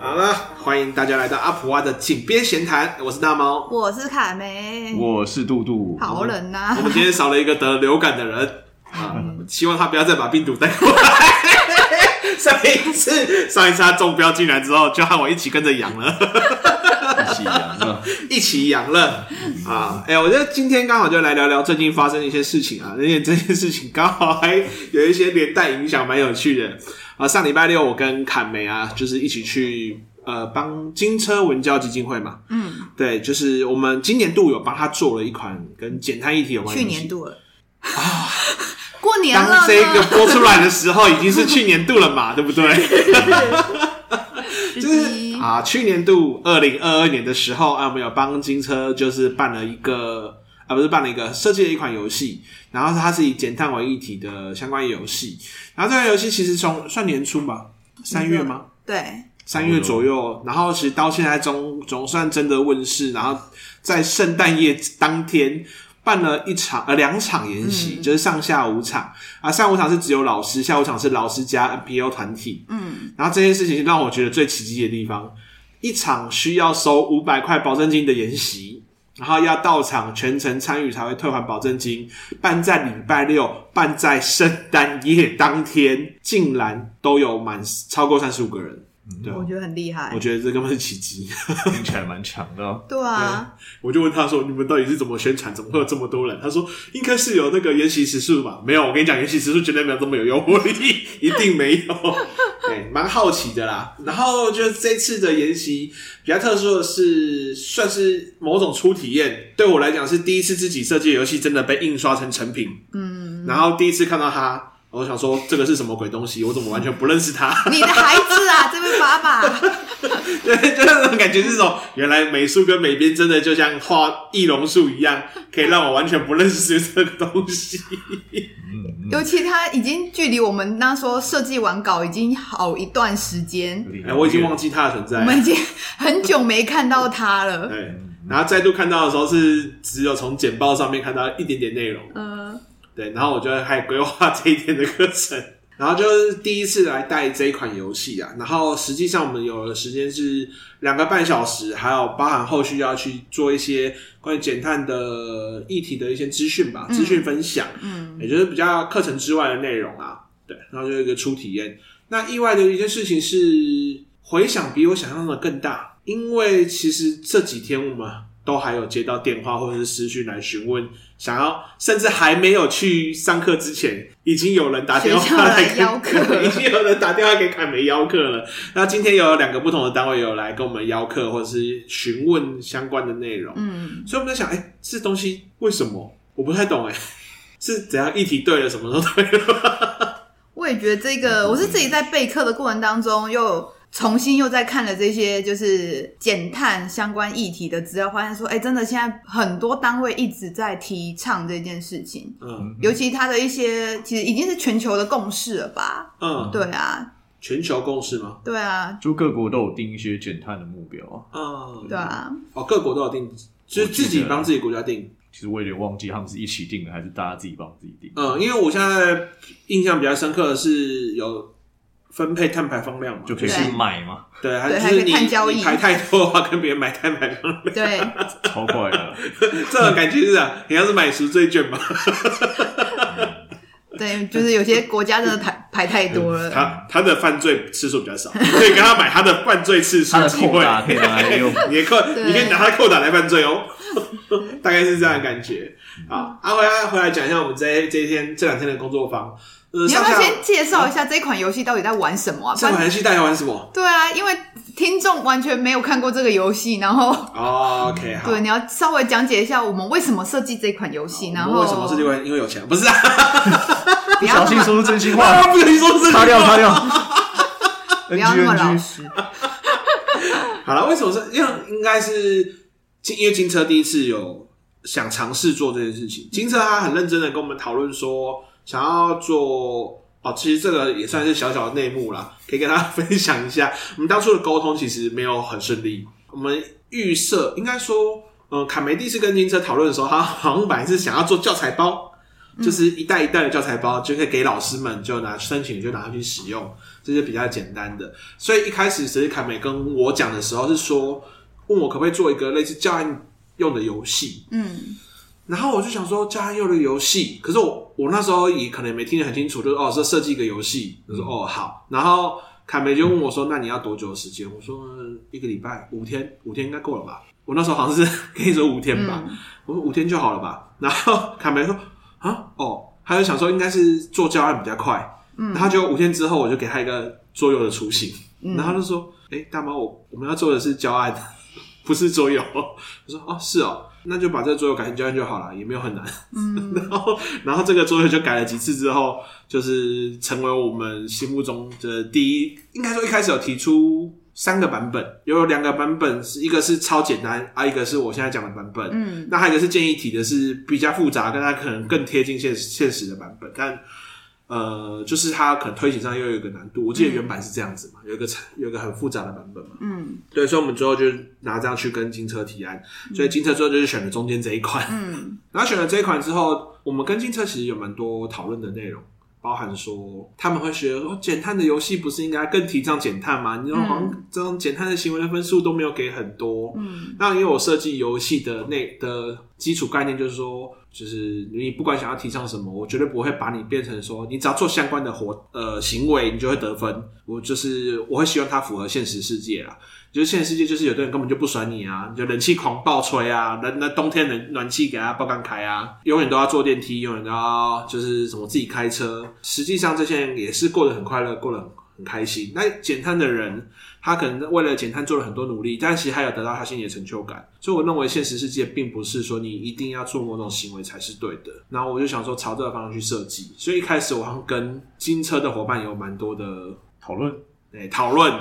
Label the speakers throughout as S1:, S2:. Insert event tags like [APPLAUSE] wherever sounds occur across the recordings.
S1: 好了，欢迎大家来到阿普蛙的井边闲谈，我是大猫。
S2: 我是凯梅，
S3: 我是杜杜，
S2: 嗯好人呐、
S1: 我们今天少了一个得流感的人啊，希望他不要再把病毒带过来。 [LAUGHS] 上一次，上一次他中标进来之后，就和我一起跟着阳了。
S3: 一起阳啊，
S1: 一起阳了啊！哎、我觉得今天刚好就来聊聊最近发生的一些事情啊，而且这件事情刚好还有一些连带影响，蛮有趣的啊。上礼拜六我跟侃梅啊，就是一起去呃帮金车文教基金会嘛，
S2: 嗯，
S1: 对，就是我们今年度有帮他做了一款跟减碳议题有关的
S2: 去
S1: 东西
S2: 年。度了，过年了
S1: 当
S2: 呢，
S1: 这个播出来的时候，已经是去年度了嘛，对不
S2: [LAUGHS]
S1: 对？
S2: 嗯
S1: 就是啊，去年度二零二二年的时候啊，我们有帮金车就是办了一个啊，不是办了一个设计了一款游戏，然后它是以减碳为议题的相关游戏，然后这个游戏其实从算年初吧，三月
S2: 嗯
S1: 吗？
S2: 对，
S1: 三月左右，然后其实到现在总总算真的问世，然后在圣诞夜当天办了一场呃两场研习，就是上下午场啊，上午场是只有老师，下午场是老师加 NPO 团体，
S2: 嗯，
S1: 然后这件事情让我觉得最奇迹的地方，一场需要收五百块保证金的研习，然后要到场全程参与才会退还保证金，办在礼拜六，办在圣诞夜当天，竟然都有满超过三十五个人。对啊
S2: 我觉得很厉害
S1: 我，觉得这根本是奇迹。
S3: [LAUGHS] 听起来蛮强
S2: [LAUGHS]
S3: 的哦。
S2: 对啊，
S1: 我就问他说：“你们到底是怎么宣传？怎么会有这么多人？”他说：“应该是有那个研习时数吧？”没有，我跟你讲，研习时数绝对没有这么有诱惑力，一定没有。对，蛮好奇的啦。然后就这次的研习比较特殊的是，算是某种初体验，对我来讲是第一次自己设计的游戏真的被印刷成成品。嗯，然后第一次看到它。我想说这个是什么鬼东西？我怎么完全不认识它？
S2: 你的孩子啊，这位爸爸，
S1: [LAUGHS] 对，就那种感觉是种，原来美术跟美编真的就像画易容术一样，可以让我完全不认识这个东
S2: [LAUGHS]
S1: 西。
S2: 尤其他已经距离我们那时候设计完稿已经好一段时间，
S1: 哎、我已经忘记它的存
S2: 我们
S1: 在。
S2: 已经很久没看到他了，
S1: 对，然后再度看到的时候是只有从简报上面看到一点点内容。
S2: 嗯、
S1: 对，然后我就还规划这一天的课程， [LAUGHS] 然后就是第一次来带这一款游戏啊。然后实际上我们有的时间是两个半小时，还有包含后续要去做一些关于减碳的议题的一些资讯吧，资讯分享，嗯，也就是比较课程之外的内容啊。对，然后就有一个初体验。那意外的一件事情是，回响比我想象的更大，因为其实这几天我们都还有接到电话或者是私讯来询问，想要甚至还没有去上课之前，已经有人打电
S2: 学校
S1: 话
S2: 来
S1: 来跟
S2: 邀课
S1: [LAUGHS] 已经有人打电话给凯梅邀课了。那今天有两个不同的单位有来跟我们邀课或者是询问相关的内容，
S2: 嗯，
S1: 所以我们在想，哎、这东西为什么我不太懂、哎，是怎样议题对了，什么都对了？
S2: 我也觉得这
S1: 嗯
S2: 个，我是自己在备课的过程当中又。重新又再看了这些就是减碳相关议题的资料，发现说，哎、真的现在很多单位一直在提倡这件事情，
S1: 嗯
S2: 尤其它的一些其实已经是全球的共识了吧？
S1: 嗯，
S2: 对啊，
S1: 全球共识吗？
S2: 对啊，
S3: 就各国都有定一些减碳的目标啊。
S1: 嗯，
S2: 对啊，
S1: 哦，各国都有定，就是自己帮自己国家定。
S3: 其实我有点忘记他们是一起定的，还是大家自己帮自己定。
S1: 嗯，因为我现在印象比较深刻的是有分配碳排放量嘛，
S3: 就可以
S2: 对
S3: 去买嘛，
S1: 对，还
S2: 对还
S1: 就
S2: 可以
S1: 是你
S2: 碳交易
S1: 你排太多的话，跟别人买碳排放量，
S2: 对，
S3: 超快
S1: [LAUGHS]
S3: 的。
S1: 这种感觉是啊，你要是买赎罪券嘛，
S2: 对，就是有些国家真的排排太多了，
S1: 他他的犯罪次数比较少，可以跟他买他的犯罪次数
S3: 他的
S1: 机
S3: 扣
S1: 会，
S3: 打可以拿来用，
S1: [LAUGHS] 你的扣，
S2: 对
S1: 你可以拿他的扣打来犯罪
S2: [LAUGHS]
S1: 哦，大概是这样的感觉。好，啊，回来回来讲一下我们这这一天这两天的工作坊，呃，
S2: 你要
S1: 上
S2: 不
S1: 下
S2: 要先介绍一下这款游戏到底在玩什么啊？不
S1: 这
S2: 然
S1: 款游戏大家玩什么
S2: 对啊，因为听众完全没有看过这个游戏，然后
S1: 哦？OK，好。
S2: 对，你要稍微讲解一下我们为什么设计这款游戏，然
S1: 我
S2: 后
S1: 们为什么是另外因为有钱？不是啊，
S2: 不要
S3: 小
S2: 那
S3: 心
S2: 么
S3: 说出真心话，
S1: 哇，啊不小心说是
S3: 擦掉擦掉。
S2: [LAUGHS] 不要那么老
S3: NG
S2: 实，
S1: 好了，为什么是？因为应该是金，因为金车第一次有想尝试做这件事情。金车他很认真的跟我们讨论说，想要做哦，其实这个也算是小小的内幕啦，可以跟大家 [LAUGHS] 分享一下。我们当初的沟通其实没有很顺利，我们预呃设应该说，嗯，卡梅第一次跟金车讨论的时候，他好像本来是想要做教材包。就是一袋一袋的教材包，就可以给老师们就拿申请就拿去使用，这是比较简单的。所以一开始，其实凯美跟我讲的时候是说，问我可不可以做一个类似教案用的游戏，
S2: 嗯，
S1: 然后我就想说教案用的游戏，可是我我那时候也可能也没听得很清楚，就是哦是设计一个游戏，我说哦好，然后凯美就问我说那你要多久的时间？我说嗯一个礼拜五天，五天应该够了吧？我那时候好像是 [LAUGHS] 跟你说五天吧，
S2: 嗯
S1: 我说五天就好了吧。然后凯梅说啊，哦，他就想说应该是做教案比较快，嗯，然后就五天之后我就给他一个桌游的雏形，
S2: 嗯
S1: 然后他就说，哎、大妈，我我们要做的是教案，不是桌游。我说哦，是哦，那就把这个桌游改成教案就好了，也没有很难。
S2: 嗯，
S1: 然后然后这个桌游就改了几次之后，就是成为我们心目中的第一。应该说一开始有提出三个版本，有两个版本是一个是超简单啊，一个是我现在讲的版本。
S2: 嗯，
S1: 那还有一个是建议提的是比较复杂，跟它可能更贴近现实现实的版本，但呃，就是它可能推行上又有一个难度。我记得原版是这样子嘛，有一个有一个很复杂的版本嘛。
S2: 嗯
S1: 对，所以我们最后就拿这样去跟金车提案，所以金车最后就是选了中间这一款。 [LAUGHS]
S2: 嗯
S1: 然后选了这一款之后，我们跟金车其实有蛮多讨论的内容，包含说他们会觉得哦，减碳的游戏不是应该更提倡减碳吗？你说好像这种减碳的行为的分数都没有给很多，
S2: 嗯
S1: 那因为我设计游戏的内的基础概念就是说，就是你不管想要提倡什么，我绝对不会把你变成说，你只要做相关的活呃行为，你就会得分。我就是我会希望它符合现实世界啦。就是现实世界，就是有的人根本就不甩你啊，你就冷气狂暴吹啊，那那冬天冷暖气给它爆干开啊，永远都要坐电梯，永远都要就是什么自己开车。实际上，这些人也是过得很快乐，过得很很开心。那减碳的人，他可能为了减碳做了很多努力，但其实还有得到他心里的成就感。所以我认为现实世界并不是说你一定要做某种行为才是对的。然后我就想说朝这个方向去设计，所以一开始我好像跟金车的伙伴有蛮多的
S3: 讨论
S1: 诶讨论，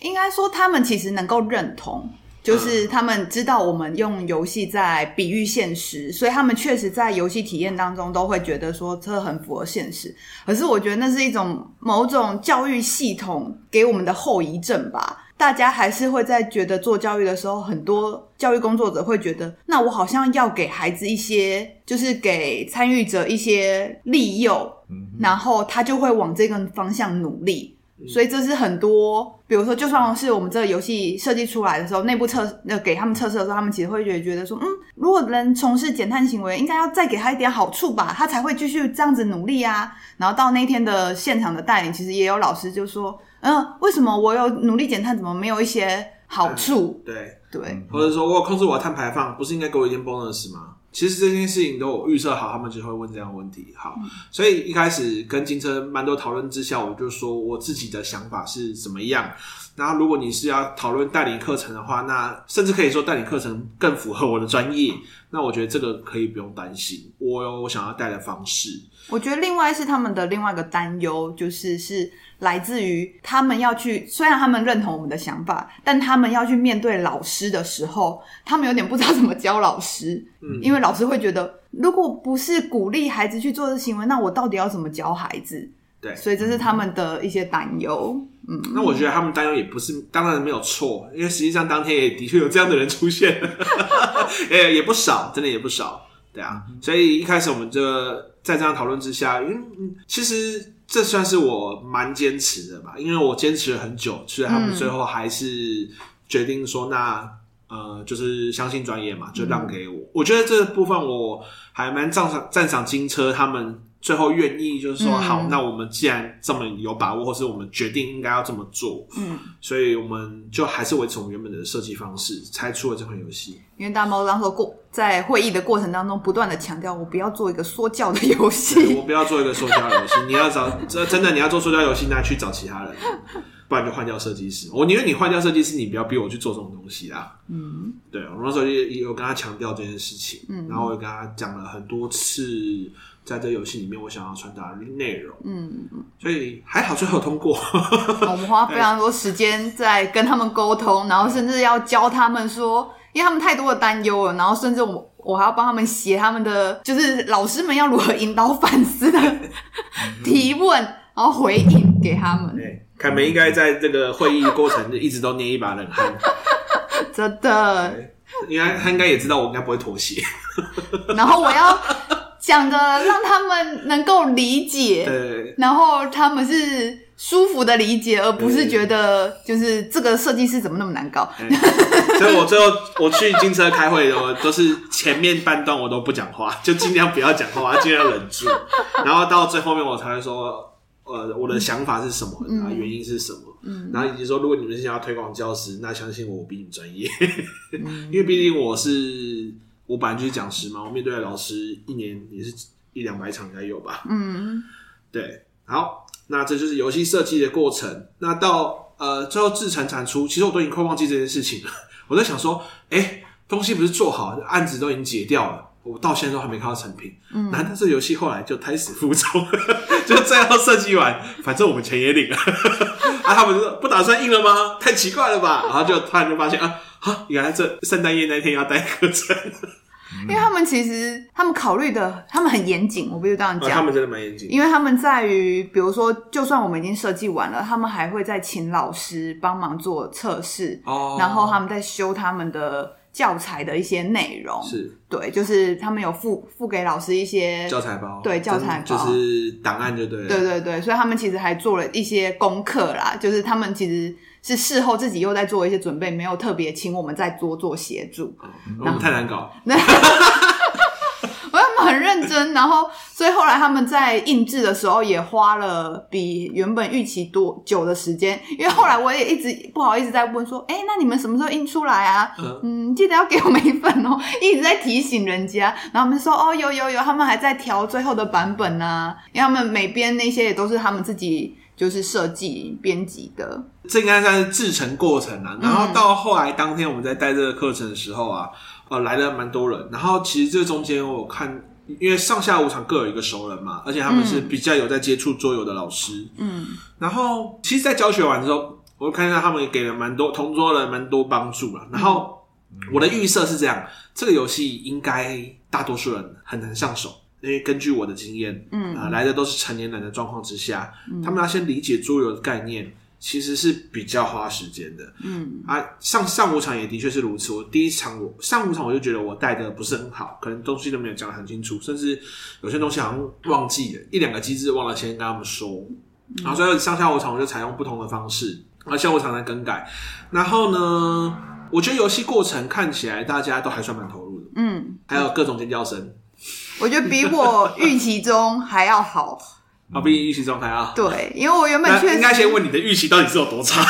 S2: 应该说他们其实能够认同，就是他们知道我们用游戏在比喻现实，所以他们确实在游戏体验当中都会觉得说这很符合现实。可是我觉得那是一种某种教育系统给我们的后遗症吧。大家还是会在觉得做教育的时候，很多教育工作者会觉得，那我好像要给孩子一些，就是给参与者一些利诱，
S3: 嗯
S2: 然后他就会往这个方向努力。所以这是很多，比如说，就算是我们这个游戏设计出来的时候，内部测呃给他们测试的时候，他们其实会觉得觉得说，嗯，如果人从事减碳行为，应该要再给他一点好处吧，他才会继续这样子努力啊。然后到那天的现场的带领，其实也有老师就说，嗯，为什么我有努力减碳，怎么没有一些好处？
S1: 对，
S3: 嗯
S2: 对，
S1: 或者说我有控制我的碳排放，不是应该给我一点 bonus 吗？其实这件事情都有预设好，他们就会问这样的问题。好，所以一开始跟金车蛮多讨论之下，我就说我自己的想法是怎么样。然后，如果你是要讨论代理课程的话，那甚至可以说代理课程更符合我的专业。那我觉得这个可以不用担心，我有我想要带的方式。
S2: 我觉得另外是他们的另外一个担忧，就是是来自于他们要去，虽然他们认同我们的想法，但他们要去面对老师的时候，他们有点不知道怎么教老师，
S1: [LAUGHS] 嗯
S2: 因为老师会觉得，如果不是鼓励孩子去做这行为，那我到底要怎么教孩子？
S1: 对
S2: 所以这是他们的一些担忧。嗯，
S1: 那我觉得他们担忧也不是，当然没有错，因为实际上当天也的确有这样的人出现， [LAUGHS] 也也不少，真的也不少，对啊。所以一开始我们就在这样讨论之下，因为嗯其实这算是我蛮坚持的吧，因为我坚持了很久，所以他们
S2: 嗯
S1: 最后还是决定说那。呃，就是相信专业嘛，就让给我。我觉得这部分我还蛮赞赏赞赏金车他们最后愿意，就是说、
S2: 嗯
S1: 好，那我们既然这么有把握，或是我们决定应该要这么做，
S2: 嗯，
S1: 所以我们就还是维持我们原本的设计方式，才出了这款游戏。
S2: 因为大猫当时过在会议的过程当中，不断的强调，我不要做一个说教的游戏。
S1: 我不要做一个塑胶游戏，你要找这真的你要做塑胶游戏，那去找其他人，不然就换掉设计师。我宁愿你换掉设计师，你不要逼我去做这种东西啊啦。
S2: 嗯
S1: 对，我那时候也也有跟他强调这件事情，
S2: 嗯
S1: 然后我也跟他讲了很多次，在这游戏里面我想要传达的内容，
S2: 嗯。
S1: 所以还好最后通过。
S2: [LAUGHS] 我们花非常多时间在跟他们沟通，然后甚至要教他们说，因为他们太多的担忧了，然后甚至我我还要帮他们写他们的，就是老师们要如何引导反思的 [LAUGHS] 提问，然后回应给他们。
S1: [LAUGHS] 哎，凯梅应该在这个会议过程一直都捏一把冷 [LAUGHS] 汗，
S2: 真的，
S1: 应该他应该也知道我应该不会妥协。
S2: 然后我要。讲的让他们能够理解，
S1: 对，
S2: 然后他们是舒服的理解，而不是觉得就是这个设计师怎么那么难搞。
S1: 所以我最后我去金车开会的，我都是前面半段我都不讲话，就尽量不要讲话，尽量忍住，然后到最后面我才会说，呃，我的想法是什么，然后原因是什么，
S2: 嗯
S1: 然后以及说，如果你们是想要推广教师，那相信我，我比你专业，
S2: 嗯
S1: 因为毕竟我是我本来就是讲师嘛，我面对的老师一年也是一两百场应该有吧，
S2: 嗯，
S1: 对，好，那这就是游戏设计的过程。那到呃最后制成产出，其实我都已经快忘记这件事情了。 [LAUGHS] 我在想说，哎、东西不是做好，案子都已经结掉了，我到现在都还没看到成品。
S2: 嗯
S1: 难道这游戏后来就胎死腹中？ [LAUGHS] 就这样设计完，反正我们钱也领了， [LAUGHS] 啊，他们就说不打算印了吗？太奇怪了吧？然后就突然就发现啊。啊，原来这圣诞夜那天要带课
S2: [LAUGHS]
S1: 程，
S2: 因为他们其实他们考虑的，他们很严谨，我必须这样
S1: 啊
S2: 讲。
S1: 他们真的蛮严谨。
S2: 因为他们在于，比如说，就算我们已经设计完了，他们还会再请老师帮忙做测试，
S1: 哦
S2: 然后他们再修他们的教材的一些内容。
S1: 是
S2: 对，就是他们有付付给老师一些，
S1: 教材包，
S2: 对教材包
S1: 就是档案就对了。
S2: 对对对，所以他们其实还做了一些功课啦，就是他们其实是事后自己又在做一些准备，没有特别请我们再多做协助。
S3: 嗯
S1: 我们太难搞，
S2: [LAUGHS] 我他们很认真，然后所以后来他们在印制的时候也花了比原本预期多久的时间，因为后来我也一直不好意思在问说，哎、那你们什么时候印出来啊？ [LAUGHS]
S1: 嗯，
S2: 嗯，记得要给我们一份哦，一直在提醒人家。然后他们说，哦，有有有，他们还在调最后的版本呢、因为他们每编那些也都是他们自己就是设计编辑的。
S1: 这应该算是制成过程
S2: 嗯
S1: 啦。然后到后来当天我们在带这个课程的时候啊，呃，来了蛮多人。然后其实这中间我看，因为上下五场各有一个熟人嘛，而且他们是比较有在接触桌游的老师。
S2: 嗯
S1: 然后其实，在教学完之后，我看到他们给了蛮多同桌人蛮多帮助
S2: 嗯
S1: 了。然后我的预设是这样，这个游戏应该大多数人很难上手，因为根据我的经验，
S2: 嗯
S1: 啊、来的都是成年人的状况之下，他们要先理解桌游的概念，其实是比较花时间的。
S2: 嗯
S1: 啊，上上午场也的确是如此。我第一场我上午场我就觉得我带的不是很好，可能东西都没有讲得很清楚，甚至有些东西好像忘记了一两个机制忘了先跟他们说。
S2: 嗯
S1: 然后最后上下午场我就采用不同的方式，而下午场来更改。然后呢，我觉得游戏过程看起来大家都还算蛮投入的，
S2: 嗯，
S1: 还有各种尖叫声，
S2: 我觉得比我预期中还要好。嗯
S1: 啊，比预期中还要。
S2: 对，因为我原本确
S1: 那
S2: 实
S1: 应该先问你的预期到底是有多差？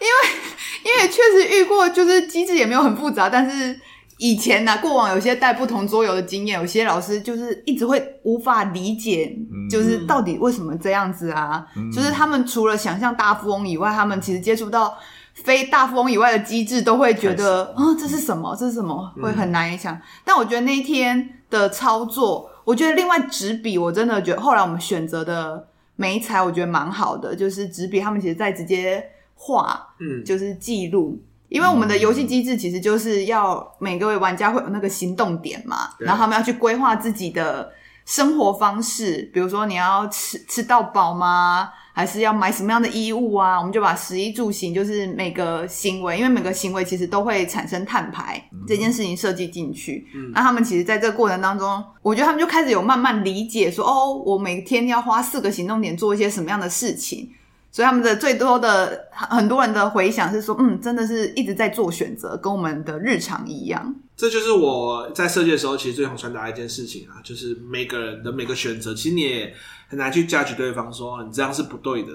S2: 因为确实遇过，就是机制也没有很复杂，但是以前呢、过往有些带不同桌游的经验，有些老师就是一直会无法理解，
S3: 嗯
S2: 就是到底为什么这样子啊？
S3: 嗯
S2: 就是他们除了想象大富翁以外，他们其实接触到。非大富翁以外的机制都会觉得，啊、这是什么？这是什么？会
S3: 嗯
S2: 很难以想。但我觉得那一天的操作，我觉得另外纸笔，我真的觉得后来我们选择的媒材，我觉得蛮好的，就是纸笔，他们其实在直接画，
S1: 嗯，
S2: 就是记录。因为我们的游戏机制其实就是要每个玩家会有那个行动点嘛，
S1: 对
S2: 然后他们要去规划自己的生活方式，比如说你要吃吃到饱吗？还是要买什么样的衣物啊？我们就把食衣住行，就是每个行为，因为每个行为其实都会产生碳排、这件事情设计进去。
S1: 嗯
S2: 那他们其实在这个过程当中，我觉得他们就开始有慢慢理解说，哦，我每天要花四个行动点做一些什么样的事情。所以他们的最多的很多人的回想是说，嗯，真的是一直在做选择，跟我们的日常一样。
S1: 这就是我在设计的时候，其实最想传达的一件事情啊，就是每个人的每个选择，其实你也很难去 judge 对方说哦你这样是不对的，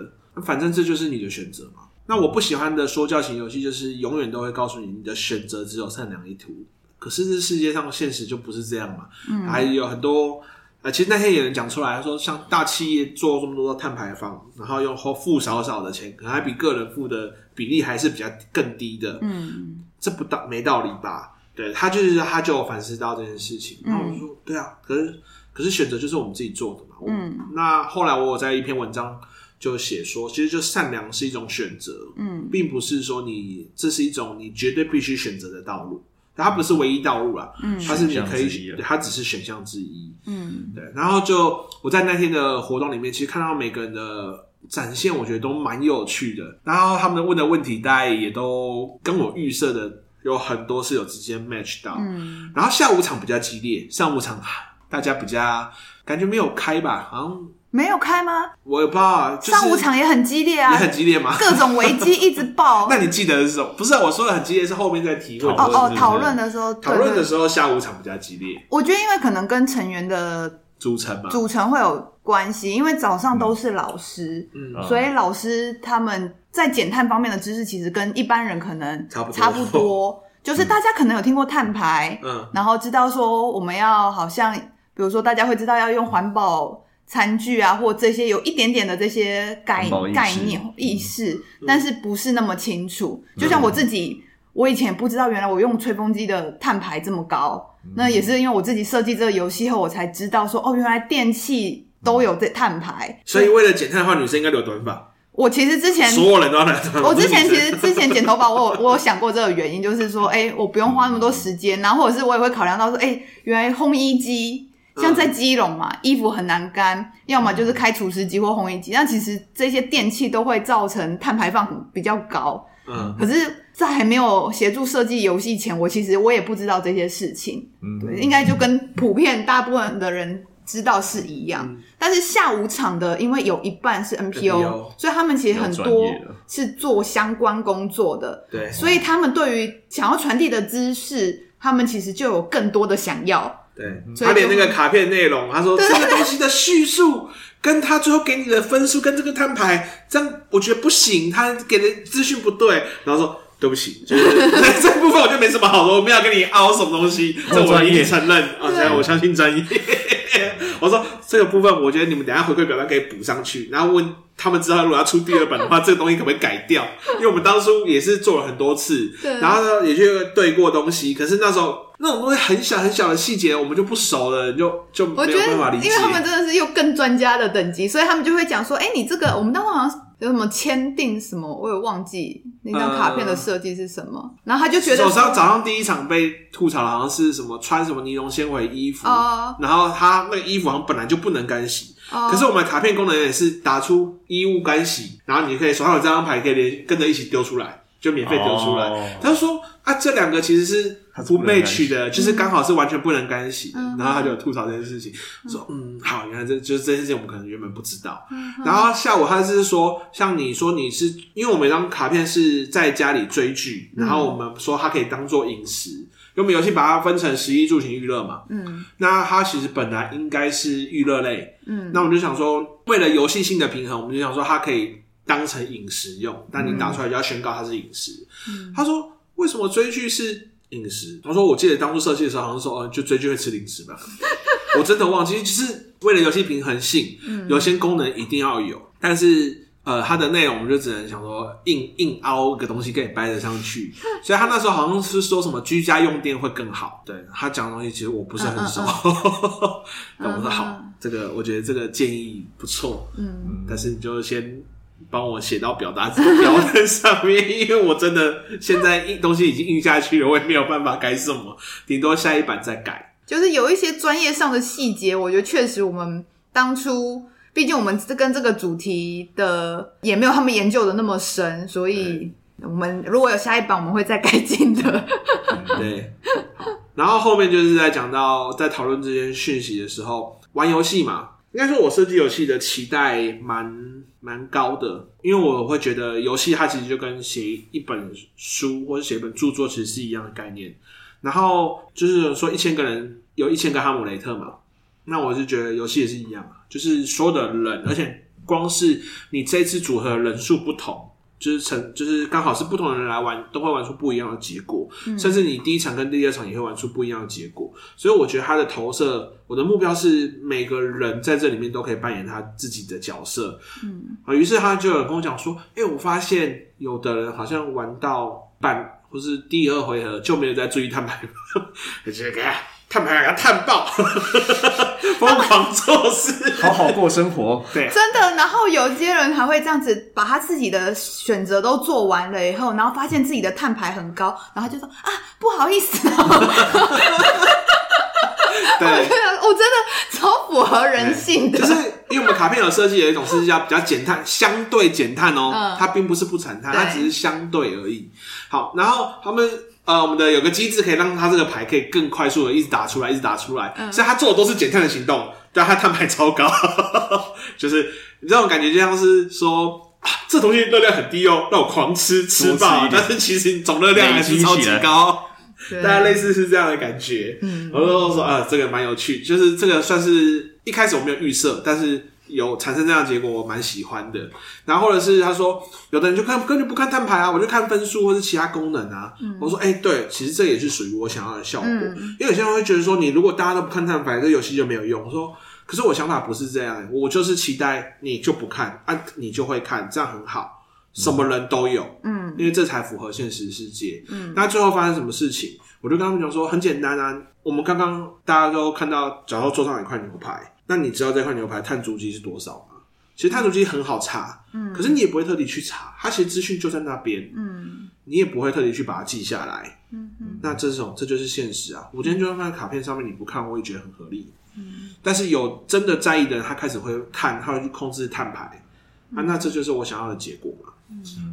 S1: 反正这就是你的选择嘛。那我不喜欢的说教型游戏，就是永远都会告诉你你的选择只有善良一途，可是这世界上现实就不是这样嘛。
S2: 嗯
S1: 还有很多呃，其实那天有人讲出来，他说像大企业做这么多的碳排放，然后用付少少的钱，可能还比个人付的比例还是比较更低的，
S2: 嗯
S1: 这不道没道理吧？对他就是他就有反思到这件事情，
S2: 嗯
S1: 然后我说对啊，可是可是选择就是我们自己做的嘛。我
S2: 嗯
S1: 那后来我有在一篇文章就写说，其实就善良是一种选择，
S2: 嗯
S1: 并不是说你这是一种你绝对必须选择的道路，它不是唯一道路啦，
S2: 嗯
S1: 它是你可以
S3: 选项之一啊
S1: 对它只是选项之一。
S2: 嗯
S1: 对，然后就我在那天的活动里面，其实看到每个人的展现，我觉得都蛮有趣的。然后他们问的问题，大概也都跟我预设的有很多是有直接 match 到。
S2: 嗯，
S1: 然后下午场比较激烈，上午场啊大家比较感觉没有开吧，好像
S2: 没有开吗？
S1: 我也不知道啊，就是
S2: 上午场也很激烈啊
S1: 也，很激烈嘛。
S2: 各种危机一直爆。
S1: [LAUGHS] 那你记得是什么？不是啊我说的很激烈，是后面在提问
S2: 哦
S3: 讨论是
S2: 哦
S3: 不，是
S2: 讨论的时候，对
S1: 讨论的
S2: 对
S1: 时候，下午场比较激烈，
S2: 我觉得因为可能跟成员的
S1: 组成嘛，
S2: 组成会有关系，因为早上都是老师，
S1: 嗯，
S3: 嗯
S2: 所以老师他们在减碳方面的知识，其实跟一般人可能
S1: 差不多
S2: 差不多，就是大家可能有听过碳排，
S1: 嗯
S2: 然后知道说我们要好像，比如说大家会知道要用环保餐具啊，或这些有一点点的这些概
S3: 环保意识嗯
S2: 概念意识，但是不是那么清楚。就像我自己，我以前也不知道原来我用吹风机的碳排这么高，
S3: 嗯
S2: 那也是因为我自己设计这个游戏后，我才知道说哦，原来电器都有这碳
S3: 嗯
S2: 排。
S1: 所以为了减碳的话，女生应该留短发，
S2: 我其实之前
S1: 所有人都要留短发。
S2: 我之前
S1: 不
S2: 其
S1: 是女
S2: 实
S1: 生
S2: 之前剪头发，我有我有想过这个原因，就是说，哎、我不用花那么多时间，然后或者是我也会考量到说，哎、原来烘衣机像在基隆嘛，衣服很难干，要么就是开除湿机或烘衣机，那其实这些电器都会造成碳排放比较高。
S1: 嗯，
S2: 可是，在还没有协助设计游戏前，我其实我也不知道这些事情，
S3: 嗯
S2: 对，应该就跟普遍大部分的人。知道是一样，
S1: 嗯
S2: 但是下午场的，因为有一半是 NPO，
S1: NPO
S2: 所以他们其实很
S3: 比较专
S2: 多
S3: 业的
S2: 是做相关工作的，
S1: 对，
S2: 所以他们对于想要传递的知识，他们其实就有更多的想要。
S1: 对，
S2: 所以
S1: 他连
S2: 就
S1: 那个卡片内容，他说这个东西的叙述，跟他最后给你的分数跟这个摊牌，这样我觉得不行，他给的资讯不对，然后说。对不起，
S2: [LAUGHS]
S1: 就是这这部分我就没什么好的，我没有跟你凹什么东西，这我
S3: 专
S1: 一
S3: 业
S1: 定承认啊，这样我相信专业。我说这个部分，我觉得你们等一下回馈表单可以补上去，然后问他们之后如果要出第二本的
S2: [LAUGHS]
S1: 话，这个东西可不可以改掉？因为我们当初也是做了很多次，
S2: 对
S1: 然后呢也去对过东西，可是那时候那种东西很小很小的细节，我们就不熟了，就就
S2: 我
S1: 没
S2: 觉
S1: 有办法
S2: 得
S1: 理，解。
S2: 因为他们真的是又更专家的等级，所以他们就会讲说：“哎、你这个我们当时好像有什么签订什么，我也忘记那张卡片的设计是什么。然后他就觉得
S1: 早嗯上
S2: 说
S1: 早上第一场被吐槽的好像是什么穿什么尼龙纤维衣服，
S2: 哦
S1: 然后他那个衣服好像本来就不能干洗，
S2: 哦
S1: 可是我们的卡片功能也是打出衣物干洗，然后你可以手上有这张牌，可以连跟着一起丢出来，就免费丢出来。
S3: 哦
S1: 他就说啊，这两个其实是
S3: 它是
S1: 不
S3: 不能干洗
S1: match 的，就是刚好是完全不能干洗的。
S2: 嗯
S1: 然后他就有吐槽这件事情，说嗯，好，原来这就是这件事情我们可能原本不知道。
S2: 嗯
S1: 然后下午他是说，像你说你是因为我们有张卡片是在家里追剧，
S2: 嗯
S1: 然后我们说它可以当做饮食，因为我们游戏把它分成食衣住行娱乐嘛。
S2: 嗯
S1: 那它其实本来应该是娱乐类，
S2: 嗯
S1: 那我们就想说，为了游戏性的平衡，我们就想说它可以当成饮食用，但你打出来就要宣告它是饮食。
S2: 嗯
S1: 他说为什么追剧是饮食？他说我记得当初设计的时候好像说，哦，就追剧会吃零食嘛。 [LAUGHS] 我真的忘记，就是为了游戏平衡性，
S2: 嗯
S1: 有些功能一定要有，但是。呃，它的内容我们就只能想说硬硬凹一个东西可以掰得上去，所以他那时候好像是说什么居家用电会更好。对他讲的东西，其实我不是很熟。 [LAUGHS] 那、我说好，这个我觉得这个建议不错，
S2: 嗯，
S1: 但是你就先帮我写到表达表单上面，因 [LAUGHS] 为我真的现在印东西已经印下去了，我也没有办法改什么，顶多下一版再改。
S2: 就是有一些专业上的细节，我觉得确实我们当初，毕竟我们这跟这个主题的也没有他们研究的那么深，所以我们如果有下一版，我们会再改进 [LAUGHS] 的。
S1: [LAUGHS] 对，然后后面就是在讲到在讨论这些讯息的时候，玩游戏嘛，应该说我设计游戏的期待蛮蛮高的，因为我会觉得游戏它其实就跟写一本书或者写一本著作其实是一样的概念。然后就是说一千个人有一千个哈姆雷特嘛，那我是觉得游戏也是一样啊，就是所有的人，而且光是你这次组合的人数不同。就是成，就是刚好是不同的人来玩，都会玩出不一样的结果，甚至你第一场跟第二场也会玩出不一样的结果。所以我觉得他的投射，我的目标是每个人在这里面都可以扮演他自己的角色。
S2: 嗯，
S1: 啊，于是他就有人跟我讲说：“哎、我发现有的人好像玩到半或是第二回合就没有再注意碳 [LAUGHS] 排放，这个碳排要碳爆， [LAUGHS] 疯狂做事。
S3: 好好过生活，
S1: 对，
S2: 真的。然后有些人还会这样子，把他自己的选择都做完了以后，然后发现自己的碳排很高，然后他就说啊，不好意思、哦， [LAUGHS] 我
S1: 对
S2: 觉。得我真的超符合人性的。
S1: 就是因为我们卡片有设计有一种是叫比较减碳，相对减碳哦，
S2: 嗯
S1: 它并不是不产碳，它
S2: 对
S1: 只是相对而已。好，然后他们。呃，我们的有个机制可以让他这个牌可以更快速的一直打出来，一直打出来，
S2: 嗯
S1: 所以他做的都是减碳的行动，但他碳排超高， [LAUGHS] 就是你这种感觉就像是说。啊、这东西热量很低哦，让我狂吃吃
S3: 多吃
S1: 爆
S3: 一，点
S1: 但是其实总热量还是超级
S3: 累积起来
S1: 高，
S2: 对，
S1: 大概类似是这样的感觉。
S2: 嗯
S1: 然后说啊，这个蛮有趣，就是这个算是一开始我没有预设，但是有产生这样的结果，我蛮喜欢的。然后或者是他说，有的人就看根本就不看碳排啊，我就看分数或是其他功能啊。我说，哎、对，其实这也是属于我想要的效果。
S2: 嗯
S1: 因为有些人会觉得说，你如果大家都不看碳排，这游戏就没有用。我说。可是我想法不是这样，我就是期待你就不看啊，你就会看，这样很好，什么人都有，
S2: 嗯
S1: 因为这才符合现实世界。
S2: 嗯，
S1: 那最后发生什么事情？我就跟他们讲说，很简单啊，我们刚刚大家都看到，假如桌上有一块牛排，那你知道这块牛排碳足迹是多少吗？其实碳足迹很好查，
S2: 嗯
S1: 可是你也不会特地去查，它其实资讯就在那边，
S2: 嗯
S1: 你也不会特地去把它记下来。
S2: 嗯嗯
S1: 那这种这就是现实啊！我今天就算放在卡片上面，你不看我也觉得很合理。但是有真的在意的人，他开始会看，他会去控制碳排啊，那这就是我想要的结果嘛。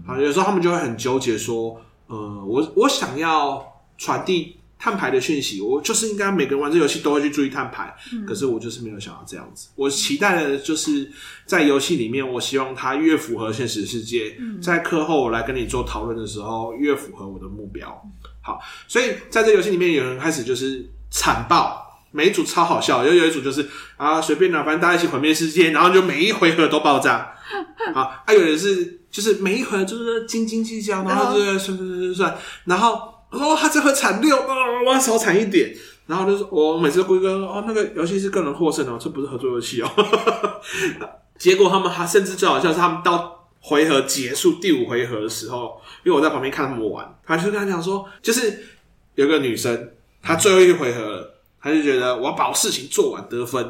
S1: 啊，有时候他们就会很纠结说，呃，我我想要传递碳排的讯息，我就是应该每个人玩这游戏都会去注意碳排，
S2: 嗯
S1: 可是我就是没有想要这样子。我期待的就是在游戏里面，我希望它越符合现实世界，在课后我来跟你做讨论的时候，越符合我的目标。好，所以在这游戏里面，有人开始就是惨爆。每一组超好笑，有有一组就是啊随便啦，反正大家一起毁灭世界，然后就每一回合都爆炸，啊，啊，有人是就是每一回就是斤斤计较，然后就是算算算算算，然后哦，他这回惨六，哦，我要少惨一点，然后就是我每次都归根哦，那个游戏是个人获胜哦，这不是合作游戏哦。 [LAUGHS] 结果他们还甚至最好笑是他们到回合结束第五回合的时候，因为我在旁边看他们玩，他就跟他讲说，就是有个女生，她最后一回合了，她就觉得我要把我事情做完得分，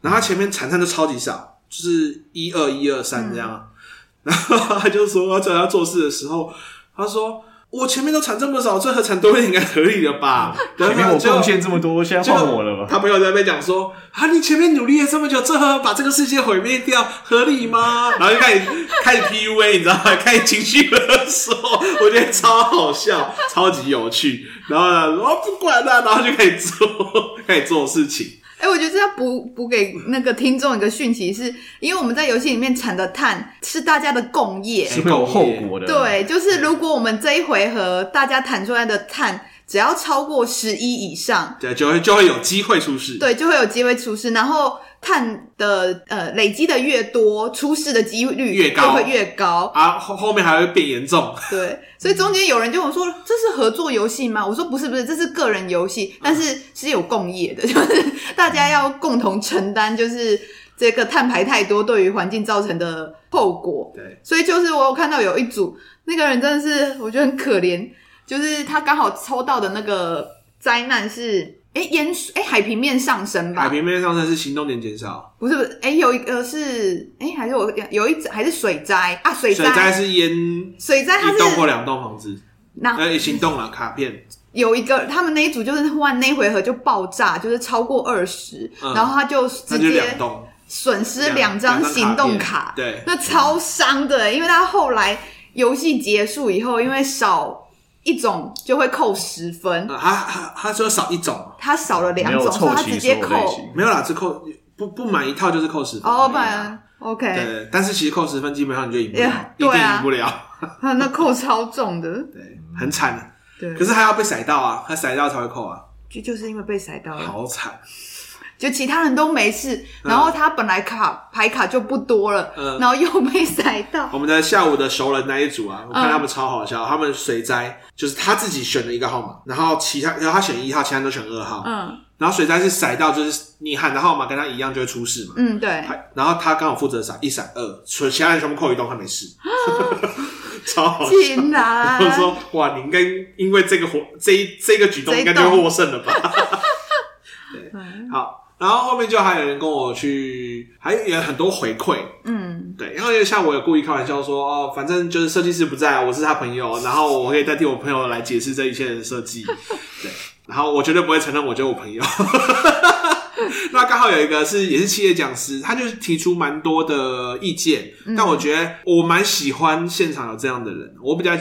S1: 然后她前面惨惨都超级少，就是一二一二三这样啊， [LAUGHS] 然后她就说在她做事的时候，她说。我前面都惨这么少，最后惨多一点应该合理了吧？然后
S3: 前面我
S1: 就
S3: 贡献这么多，现在
S1: 结果
S3: 换我了吧？
S1: 他朋友在那边讲说：“啊，你前面努力了这么久，最后把这个世界毁灭掉，合理吗？” [LAUGHS] 然后就开始开始 PUA，你知道吗？ [LAUGHS] 开始情绪勒索，我觉得超好笑， [LAUGHS] 超级有趣。然后呢，我不管了、然后就开始做， [LAUGHS] 开始做事情。
S2: 哎、我觉得这要补补给那个听众一个讯息是，因为我们在游戏里面产的碳是大家的共业，
S3: 是会有后果的。，
S2: 对，就是如果我们这一回合大家弹出来的碳只要超过十一以上，
S1: 对，就会就会有机会出事。，
S2: 对，就会有机会出事。然后碳的呃累积的越多，出事的几率
S1: 越高
S2: 就会越高。
S1: 啊，后后面还会变严重。
S2: 对，所以中间有人就问我说：“这是合作游戏吗？”我说：“不是，不是，这是个人游戏，但
S1: 嗯
S2: 是是有共业的， [LAUGHS] 就是大家要共同承担，就是这个碳排太多对于环境造成的后果。”
S1: 对，
S2: 所以就是我有看到有一组那个人真的是我觉得很可怜，就是他刚好抽到的那个灾难是哎淹水哎海平面上升
S1: 海
S2: 吧，
S1: 哎平面上升是行动点减少，
S2: 不是不是哎有一个是哎还是我有一还是水灾啊水
S1: 水灾
S2: 灾
S1: 是淹一
S2: 水灾它
S1: 栋或
S2: 是
S1: 两栋房子，
S2: 那
S1: 呃，行动了卡片。
S2: 有一个他们那一组就是忽然那一回合就爆炸，就是超过二十、
S1: 嗯
S2: 然后他就
S1: 那
S2: 直
S1: 就
S2: 接
S1: 两栋，
S2: 损失
S1: 两
S2: 两张
S1: 两张
S2: 行动
S1: 卡片对
S2: 那超伤的，欸因为他后来游戏结束以后，因为少一种就会扣十分，
S1: 啊，他他他说少一种，
S2: 他少了两
S3: 没有
S2: 种，所以
S3: 凑
S2: 他直
S3: 齐所
S2: 接
S3: 有类
S2: 扣。
S3: 型，
S1: 没有啦，只扣不不满一套就是扣十分。
S2: 哦，不然 OK，
S1: 对，但是其实扣十分基本上你就赢不了
S2: Yeah，
S1: 一定
S2: 对啊
S1: 赢不了，
S2: 他那扣超重的，
S1: 对，很惨。
S2: 对，
S1: 可是还要被甩到啊，他甩到才会扣啊，
S2: 就就是因为被塞到了，
S1: 好惨。
S2: 就其他人都没事，然后他本来卡牌卡就不多了，
S1: 嗯
S2: 然后又被塞到，
S1: 我们的下午的熟人那一组啊，我看
S2: 嗯
S1: 他们超好笑，他们水灾就是他自己选了一个号码，然后其他然后他选一号，其他人都选二号，
S2: 嗯
S1: 然后水灾是甩到就是你喊的号码跟他一样就会出事嘛。
S2: 嗯，对，
S1: 他然后他刚好负责闪一闪二，所以其他人全部扣一栋，他没事，
S2: 啊
S1: [LAUGHS] 超好笑。
S2: 竟然
S1: 我说：“哇，你应该因为这个活这一这个举动，应该就会获胜了 [LAUGHS] 吧？”对，好。然后后面就还有人跟我去，还有很多回馈，
S2: 嗯
S1: 对，然后就像我有故意开玩笑说，哦，反正就是设计师不在，我是他朋友，然后我可以代替我朋友来解释这一切的设计，对，然后我绝对不会承认我就是我朋友。 [LAUGHS] 那刚好有一个是也是企业讲师，他就是提出蛮多的意见，但我觉得我蛮喜欢现场有这样的人，我比较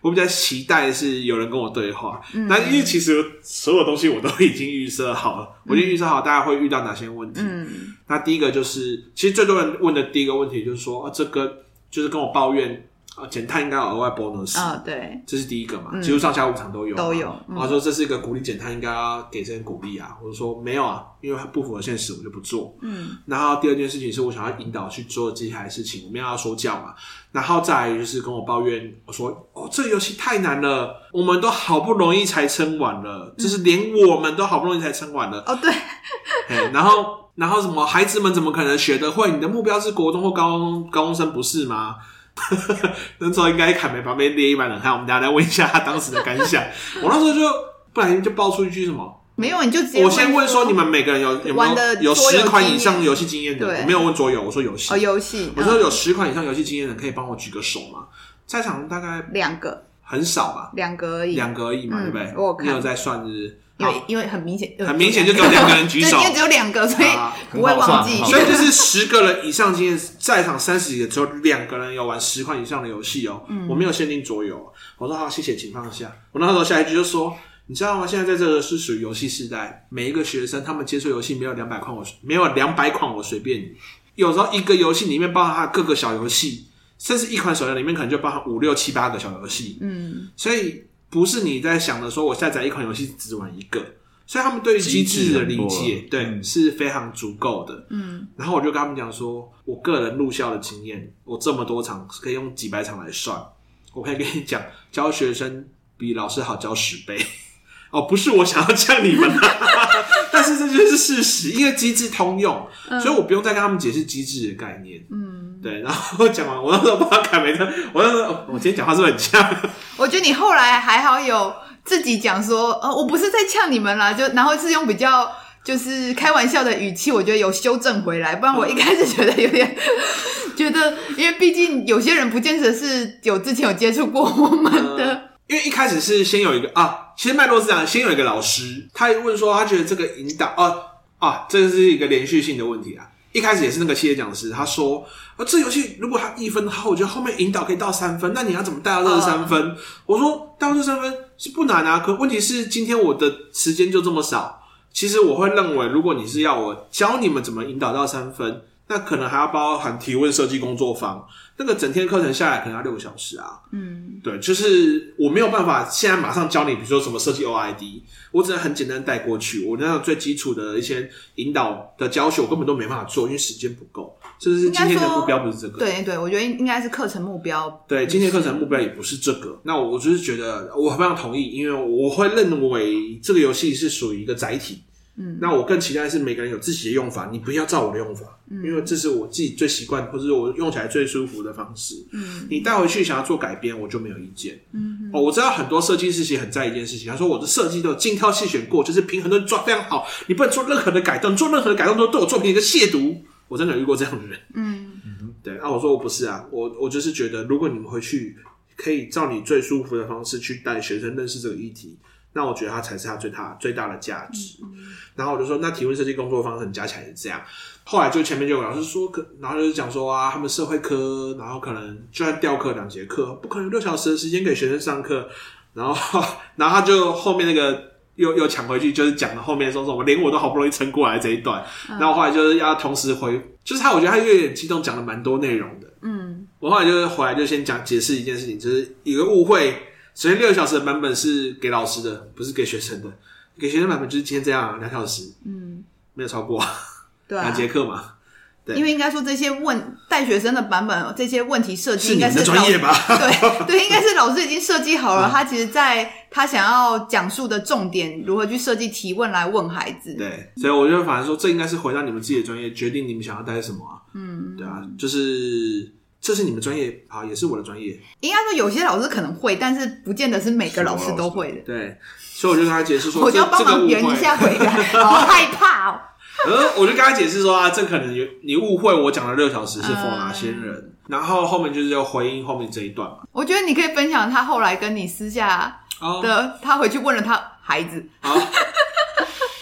S1: 我比较期待是有人跟我对话。那因为其实所有东西我都已经预设好了，我已经预设好大家会遇到哪些问题。
S2: 嗯
S1: 那第一个就是，其实最多人问的第一个问题就是说，啊、这个就是跟我抱怨啊，减碳应该有额外 bonus，、
S2: 啊、对，
S1: 这是第一个嘛，
S2: 嗯
S1: 几乎上下五场都有嘛
S2: 都有嗯
S1: 然后说这是一个鼓励减碳，应该要给这些鼓励啊，或者说没有啊，因为它不符合现实，我就不做。
S2: 嗯
S1: 然后第二件事情是我想要引导去做接下来的事情，我们要说教嘛。然后再来就是跟我抱怨，我说哦，这个游戏太难了，我们都好不容易才撑完了，就是连我们都好不容易才撑完了。
S2: 哦对，
S1: 嘿嗯然后。然后什么孩子们怎么可能学得会？你的目标是国中或高中高中生不是吗？ [LAUGHS] 那时候应该砍眉旁边捏一把冷汗。我们大家来问一下他当时的感想。我那时候就不然就爆出一句什么，
S2: 没有你就直接
S1: 我先问说，你们每个人有有没
S2: 玩的
S1: 有有
S2: 桌游
S1: 十款
S2: 经
S1: 以上
S2: 验
S1: 游戏经验的？
S2: 对
S1: 我没有问桌游，我说游戏。
S2: 哦游戏，
S1: 我说
S2: 嗯
S1: 有十款以上游戏经验的，可以帮我举个手吗？在场大概
S2: 嗯两个
S1: 很少吧，
S2: 两个而已，
S1: 两个而已嘛，对
S2: 嗯
S1: 不对？
S2: 我有看
S1: 你有在算日？
S2: 因
S1: 好
S2: 为因为很明显，
S1: 很明显就只有两个人举手
S2: [LAUGHS] 对，因为只有两个，所以
S1: 啊
S2: 不会忘记
S3: 很。好
S1: 所以就是十个人以上经验，在场三十几个只有两个人有玩十款以上的游戏哦。
S3: 嗯
S1: 我没有限定桌游。我说好，谢谢，请放下。我那时候下一句就说，你知道吗？现在在这个是属于游戏时代，每一个学生他们接触游戏没有两百款我，没有两百款我随便你。有时候一个游戏里面包含它各个小游戏，甚至一款手游里面可能就包含五六七八个小游戏。
S2: 嗯，
S1: 所以不是你在想的说我下载一款游戏只玩一个，所以他们对于机制的理
S3: 机制
S1: 解
S3: 很，多
S1: 对、
S3: 嗯
S1: 是非常足够的。
S2: 嗯，
S1: 然后我就跟他们讲说，我个人入校的经验，我这么多场可以用几百场来算，我可以跟你讲，教学生比老师好教十倍。 [LAUGHS] 哦，不是我想要呛你们、 [LAUGHS] 啊，但是这就是事实，因为机制通用，所以我不用再跟他们解释机制的概念。
S2: 嗯，
S1: 对，然后讲完，我那时候帮他改名的，我那时候哦我今天讲话是不是很呛？
S2: 我觉得你后来还好有自己讲说，呃，我不是在呛你们啦，就然后是用比较。就是开玩笑的语气，我觉得有修正回来，不然我一开始觉得有点 [LAUGHS] 觉得，因为毕竟有些人不见得是有之前有接触过我们的，
S1: 因为一开始是先有一个啊，其实脉络是这样，先有一个老师，他问说他觉得这个引导啊啊，这是一个连续性的问题啊。一开始也是那个企业讲师，他说啊，这游戏如果他一分的话，我觉得后面引导可以到三分，那你要怎么带到这三分？我说带到这三分是不难啊，可问题是今天我的时间就这么少，其实我会认为，如果你是要我教你们怎么引导到三分，那可能还要包含提问设计工作坊，那个整天课程下来可能要六个小时啊。
S2: 嗯
S1: 对，就是我没有办法现在马上教你，比如说什么设计 OID，我只能很简单带过去。我那种最基础的一些引导的教学，我根本都没办法做，因为时间不够。就是今天的目标不是这个，
S2: 对对，我觉得应该是课程目标，
S1: 对，今天课程目标也不是这个。那我就是觉得我非常同意，因为我会认为这个游戏是属于一个载体。
S2: 嗯，
S1: 那我更期待是每个人有自己的用法，你不要照我的用法，
S2: 嗯
S1: 因为这是我自己最习惯，或者是我用起来最舒服的方式。
S2: 嗯
S1: 你带回去想要做改编，我就没有意见。
S2: 嗯
S1: 哦，我知道很多设计师其实很在意一件事情，他说我的设计都有精挑细选过，就是平衡都抓非常好，你不能做任何的改动，做任何的改动都对我作品一个亵渎。我真的有遇过这样的人，
S2: 嗯
S1: 对啊，我说我不是啊，我我就是觉得，如果你们回去可以照你最舒服的方式去带学生认识这个议题，那我觉得它才是它最大最大的价值。然后我就说，那提问设计工作方程加起来是这样。后来就前面就有老师说，可然后就是讲说啊，他们社会科，然后可能就算调课两节课，不可能有六小时的时间给学生上课。然后， [LAUGHS] 然后他就后面那个又又抢回去，就是讲了后面说什么，连我都好不容易撑过来这一段。
S2: 嗯
S1: 然后后来就是要同时回，就是他，我觉得他有点激动，讲了蛮多内容的。
S2: 嗯
S1: 我后来就是回来就先讲解释一件事情，就是有个误会，首先六个小时的版本是给老师的，不是给学生的。给学生版本就是今天这样两小时，
S2: 嗯，
S1: 没有超过
S2: 对啊
S1: 两，节课
S2: [LAUGHS]
S1: 嘛，对
S2: 因为应该说这些问带学生的版本，这些问题设计
S1: 是
S2: 应
S1: 你
S2: 该
S1: 们
S2: 是
S1: 的
S2: 老
S1: 专业吧？
S2: 对对，应该是老师已经设计好
S1: 嗯
S2: 了，他其实在他想要讲述的重点如何去设计提问来问孩
S1: [LAUGHS]
S2: 子。，
S1: 对，所以我就反正说，这应该是回到你们自己的专业，决定你们想要带什么啊？
S2: 嗯，
S1: 对啊，就是这是你们专业，好，也是我的专业，
S2: 应该说有些老师可能会，但是不见得是每个老师都会的。
S1: 对，所以我就跟他解释说，
S2: [LAUGHS] 我
S1: 这
S2: 就要帮
S1: 这个
S2: 忙
S1: 误
S2: 圆一
S1: 会。
S2: 下回来，好害怕哦。
S1: [LAUGHS] 呃，我就跟他解释说啊，这可能有你误会我讲了六小时是否
S2: 嗯
S1: 哪些人，然后后面就是要回应后面这一段嘛。
S2: 我觉得你可以分享他后来跟你私下
S1: 哦，
S2: 的，他回去问了他孩子， [LAUGHS]
S1: 好，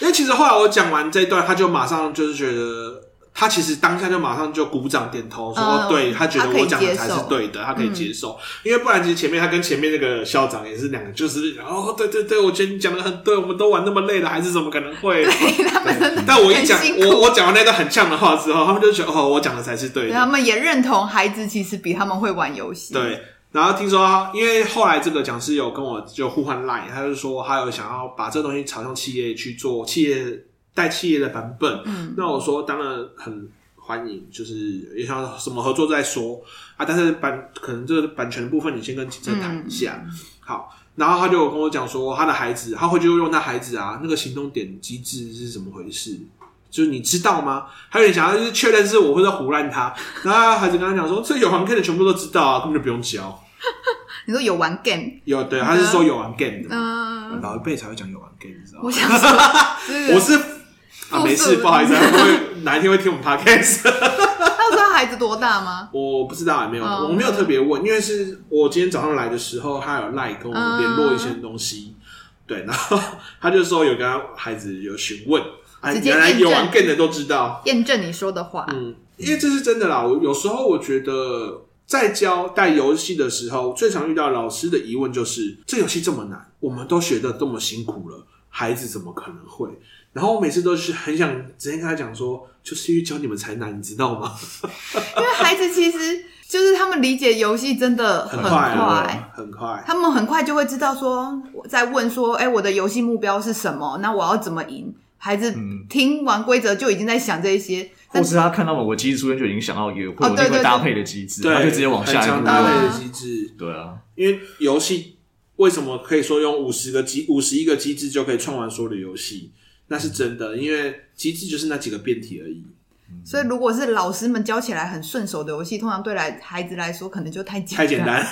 S1: 因为其实后来我讲完这一段，他就马上就是觉得他其实当下就马上就鼓掌点头说，
S2: 嗯
S1: 哦对他觉
S2: 他
S1: 得
S2: 可以
S1: 我讲的
S2: 接
S1: 才是
S2: 受
S1: 对的，他可以接受。因为不然，其实前面他跟前面那个校长也是两个，就是哦，对对对，我觉得你讲的很对，我们都玩那么累了，还是怎么可能会？
S2: 对哎他们真的
S1: 但我一
S2: 很
S1: 讲
S2: 辛，苦
S1: 我我讲完那段很呛的话之后，他们就觉得哦，我讲的才是对
S2: 对
S1: 的。
S2: 他们也认同孩子其实比他们会玩游戏。，
S1: 对，然后听说他，因为后来这个讲师有跟我就互换 line，他就说他有想要把这东西朝向企业去做企业带企业的版本。
S2: 嗯，
S1: 那我说当然很欢迎，就是也想什么合作再说啊，但是版可能这个版权的部分你先跟行政
S2: 嗯
S1: 谈一下。好，然后他就有跟我讲说他的孩子，他回去就问他孩子啊，那个行动点机制是怎么回事？就是你知道吗？还有点想要就是确认是我会在胡乱他，然后他孩子跟他讲说，这有行 K 的全部都知道啊，根本就不用教。
S2: 你说有玩 game，
S1: 有对，他是说有玩 game 的，
S2: 嗯、
S1: 老一辈才会讲有玩 game，你知道吗 [LAUGHS]
S2: 我？想说，这
S1: 我
S2: 个
S1: 是啊，没
S2: 复
S1: 事，
S2: 述
S1: 不好意思，他会哪一天会听我们 podcast。
S2: 那时候孩子多大吗？
S1: 我不知道，也没有，
S2: 嗯
S1: 我没有特别问，因为是我今天早上来的时候，他有赖跟我们联络一些东西，
S2: 嗯
S1: 对，然后他就说有跟他孩子有询问，哎，
S2: [LAUGHS] 直接
S1: 原来
S2: 验
S1: 有
S2: 证
S1: 玩 game 的都知道，
S2: 验证你说的话，
S1: 嗯，因为这是真的啦。我有时候我觉得在教带游戏的时候，最常遇到老师的疑问就是：这游戏这么难，我们都学的这么辛苦了，孩子怎么可能会？然后我每次都是很想直接跟他讲说，就是因为教你们才难，你知道吗？
S2: 因为孩子其实就是他们理解游戏真的
S1: 很
S2: 很
S1: 快
S2: 快。
S1: 啊，很快。
S2: 他们很快就会知道说，我在问说，哎、我的游戏目标是什么？那我要怎么赢？孩子
S3: 嗯
S2: 听完规则就已经在想这一些，
S3: 或是他看到某个机制出现，就已经想到有会
S2: 哦
S3: 有
S2: 对对
S3: 另外
S2: 对
S3: 搭配的机制，
S1: 对，
S3: 他就直接往下
S1: 很
S3: 一
S1: 强
S3: 步。
S1: 大类
S2: 位
S1: 的机制，
S3: 对啊，
S1: 因为游戏为什么可以说用五十个机五十一个机制就可以创完所有的游戏？那是真的，因为机制就是那几个变体而已。
S2: 所以如果是老师们教起来很顺手的游戏，通常对来孩子来说可能就太简
S1: 太简
S2: [LAUGHS]
S1: 单，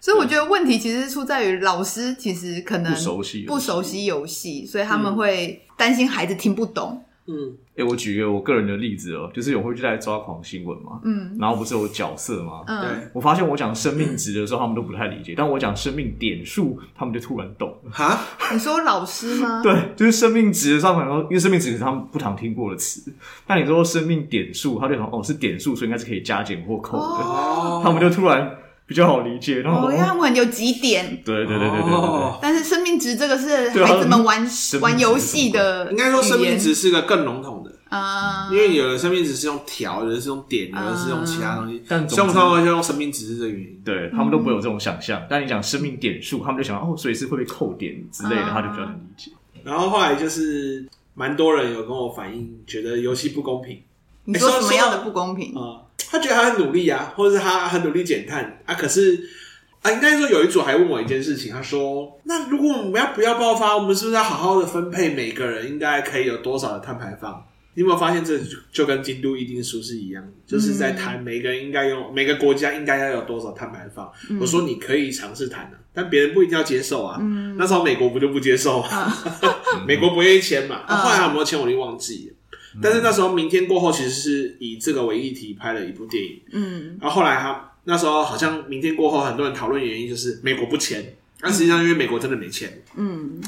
S2: 所以我觉得问题其实出在于老师其实可能
S3: 不熟悉游戏嗯
S2: 不熟悉游戏，所以他们会担心孩子听不懂。
S1: 嗯，
S3: 哎、我举一个我个人的例子哦，就是有会去在抓狂新闻嘛，
S2: 嗯
S3: 然后不是有角色吗？
S2: 嗯，
S1: 对，
S3: 我发现我讲生命值的时候，他们都不太理解，但我讲生命点数，他们就突然懂了。
S1: 哈，
S2: 你说老师吗？
S3: [LAUGHS] 对，就是生命值的时候，他们说，因为生命值是他们不常听过的词，但你说生命点数，他就想哦是点数，所以应该是可以加减或扣的，
S1: 哦
S3: 他们就突然比较好理解。然后、
S2: 哦，因为他
S3: 哦、
S2: 们有几点，
S3: 对对对对对对
S1: 哦
S2: 但是生命值这个是
S3: 对啊
S2: 孩子们玩
S3: 生命值
S2: 玩游戏的，
S1: 应该说生命值，是个更笼统的，
S2: 啊，
S1: 因为有的生命值是用条，有的是用点，有的是用其他东西。
S3: 但总之
S1: 像我们通常就用生命值是这个原因。
S3: 对他们都不会有
S2: 嗯
S3: 这种想象，但你讲生命点数，他们就想哦，所以是会被扣点之类的，
S2: 啊
S3: 他就比较能理解。
S1: 然后后来就是蛮多人有跟我反映，觉得游戏不公平
S2: 你说
S1: 说
S2: 什么样的不公平？
S1: 啊、他觉得他很努力啊，或者是他很努力减碳啊，可是。啊，应该说有一组还问我一件事情，他说：“那如果我们要不要爆发，我们是不是要好好的分配每个人应该可以有多少的碳排放？”你有没有发现这就就跟京都议定书是一样的，就是在谈每个人应该有每个国家应该要有多少碳排放。
S2: 嗯
S1: 我说你可以尝试谈啊，但别人不一定要接受啊。
S2: 嗯
S1: 那时候美国不就不接受啊？
S3: 嗯
S1: 美国不愿意签嘛。
S2: 嗯
S1: 后来有没有签我就忘记了。但是那时候明天过后其实是以这个为议题拍了一部电影，
S2: [LAUGHS] 嗯，
S1: 然后后来他那时候好像明天过后很多人讨论原因就是美国不签，但实际上因为美国真的没签。
S2: 嗯，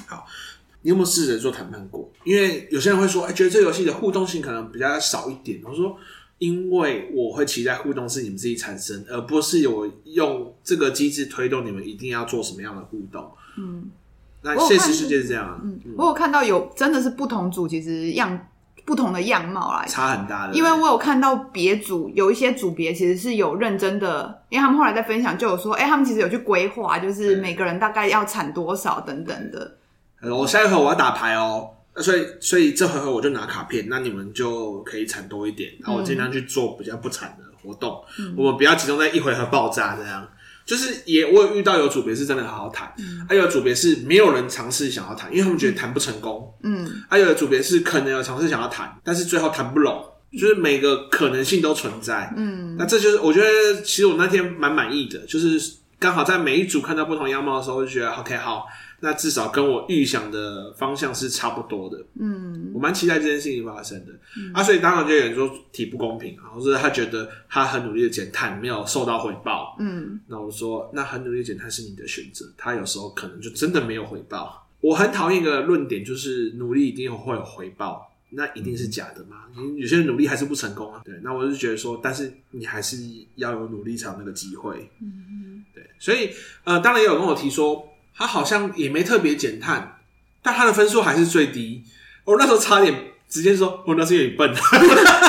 S1: 你有没有试着做谈判过？因为有些人会说，哎、觉得这游戏的互动性可能比较少一点。我说，因为我会期待互动是你们自己产生，而不是我用这个机制推动你们一定要做什么样的互动。
S2: 嗯，
S1: 那
S2: 我有
S1: 现
S2: 看
S1: 实世界是这样啊，
S2: 嗯，我有看到有真的是不同组，其实样不同的样貌啊，
S1: 差很大的。
S2: 因为我有看到别组有一些组别其实是有认真的，因为他们后来在分享就有说，哎、他们其实有去规划，就是每个人大概要产多少等等的。
S1: 呃我下一回我要打牌哦，那所以所以这回合我就拿卡片，那你们就可以产多一点，然后我尽量去做比较不产的活动，我们不要集中在一回合爆炸这样。就是也我有遇到有组别是真的很好谈，还、有组别是没有人尝试想要谈，因为他们觉得谈不成功，
S2: 嗯，
S1: 还、有的组别是可能有尝试想要谈，但是最后谈不拢，就是每个可能性都存在。
S2: 嗯，
S1: 那这就是我觉得，其实我那天蛮满意的，就是刚好在每一组看到不同样貌的时候，就觉得 OK 好，那至少跟我预想的方向是差不多的。
S2: 嗯，
S1: 我蛮期待这件事情发生的、啊，所以当然就有人说提不公平，然后是他觉得他很努力的减碳没有受到回报。
S2: 嗯，
S1: 那我说，那很努力减碳是你的选择，他有时候可能就真的没有回报。我很讨厌一个论点，就是努力一定会有回报。那一定是假的嘛？你有些人努力还是不成功啊。对，那我就觉得说，但是你还是要有努力才有那个机会。
S2: 嗯
S1: 对，所以呃，当然也有跟我提说，他好像也没特别减碳，但他的分数还是最低。我那时候差点直接说，哦我那是有点笨。啊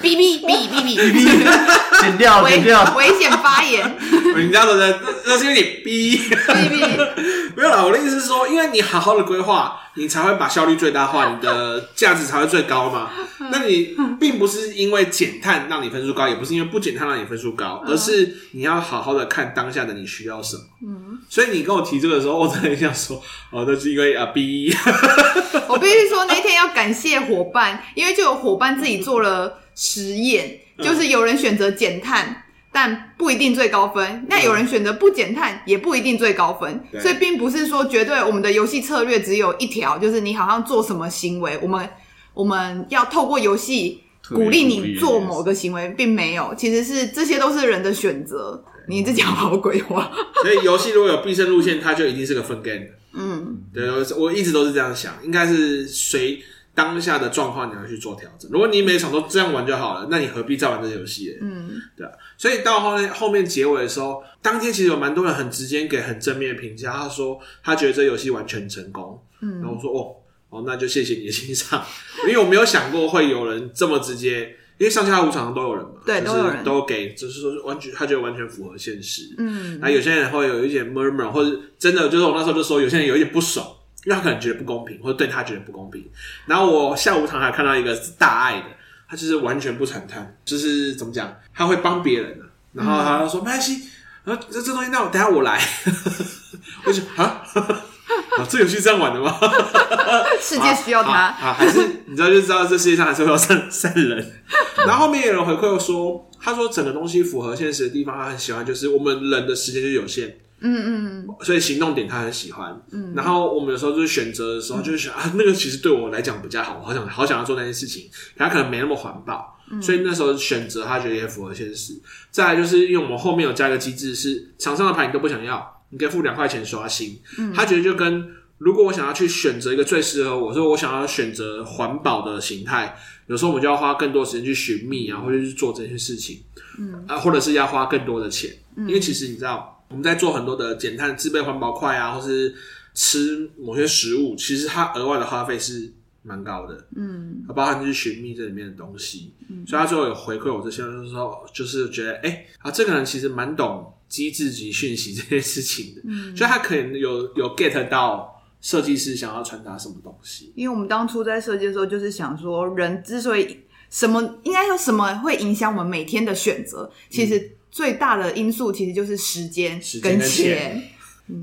S2: 哔
S3: [LAUGHS]
S2: 哔哔哔哔，
S3: [LAUGHS] 剪掉，剪
S2: 危
S3: 掉。
S2: 危险发言，
S1: [LAUGHS] 人家都在，那是有点逼。
S2: 哔哔，
S1: 没有啦，我的意思是说，因为你好好的规划，你才会把效率最大化，你的价值才会最高嘛。那你并不是因为减碳让你分数高，也不是因为不减碳让你分数高，而是你要好好的看当下的你需要什么。
S2: 嗯，
S1: 所以你跟我提这个的时候，我真的想说，哦，那是因为啊逼。
S2: [LAUGHS] 我必须说那天要感谢伙伴，因为就有伙伴自己做了实验，
S3: 嗯
S2: 就是有人选择减碳。但不一定最高分，那
S3: 嗯
S2: 有人选择不减碳，也不一定最高分，
S1: 对
S2: 所以并不是说绝对我们的游戏策略只有一条，就是你好像做什么行为，我们我们要透过游戏
S3: 特别
S2: 鼓励
S3: 鼓
S2: 你
S3: 励
S2: 做
S3: 你
S2: 某个行为，并没有，其实是这些都是人的选择，你
S3: 嗯
S2: 自己好好规划。
S1: 所以游戏如果有必胜路线，它就一定是个分 game。
S2: 嗯，
S1: 对，我我一直都是这样想，应该是随当下的状况你要去做调整。如果你每场都这样玩就好了，那你何必再玩这个游戏？
S2: 嗯，
S1: 对啊，所以到后面后面结尾的时候，当天其实有蛮多人很直接给很正面的评价，他说他觉得这游戏完全成功。
S2: 嗯
S1: 然后我说哦哦，那就谢谢你的欣赏， [LAUGHS] 因为我没有想过会有人这么直接，因为上下五场都有人嘛，
S2: 对
S1: 就
S2: 都有
S1: 是
S2: 人
S1: 都给，就是说完全他觉得完全符合现实。
S2: 嗯
S1: 那有些人会有一点 murmur，或者真的就是我那时候就说有些人有一点不爽，因为他可能觉得不公平，或者对他觉得不公平。然后我下午场还看到一个是大爱的，他就是完全不惨叹，就是怎么讲，他会帮别人、啊、然后他就说、没关系，然后这这东西那我等一下我来， [LAUGHS] 我就啊。 [LAUGHS] 啊，这游戏这样玩的吗？
S2: 世界需要
S1: 啊
S2: 他，
S1: 啊啊还是你知道就知道这世界上还是会有善善人。然后后面有人回馈说，他说整个东西符合现实的地方，他很喜欢，就是我们人的时间就有限，
S2: 嗯嗯嗯，
S1: 所以行动点他很喜欢。嗯，然后我们有时候就是选择的时候，就是想啊，那个其实对我来讲比较好，我好想好想要做那件事情，他可能没那么环保。所以那时候选择，他觉得也符合现实。再来就是因为我们后面有加一个机制，是厂商的牌你都不想要，你可以付两块钱刷新。他觉得就跟如果我想要去选择一个最适合我，所以我想要选择环保的形态，有时候我们就要花更多时间去寻觅啊，或者去做这些事情，嗯啊，或者是要花更多的钱，因为其实你知道我们在做很多的减碳、自备环保筷啊，或是吃某些食物，其实它额外的花费是蛮高的，
S2: 嗯，
S1: 包含就是寻觅这里面的东西，所以他最后有回馈我这些，就是说，就是觉得，哎、啊，这个人其实蛮懂机制及讯息这件事情的，嗯、就他可能有有 get 到设计师想要传达什么东西，
S2: 因为我们当初在设计的时候，就是想说，人之所以什么应该说什么会影响我们每天的选择，其实最大的因素其实就是时间
S1: 时间
S2: 跟
S1: 跟钱。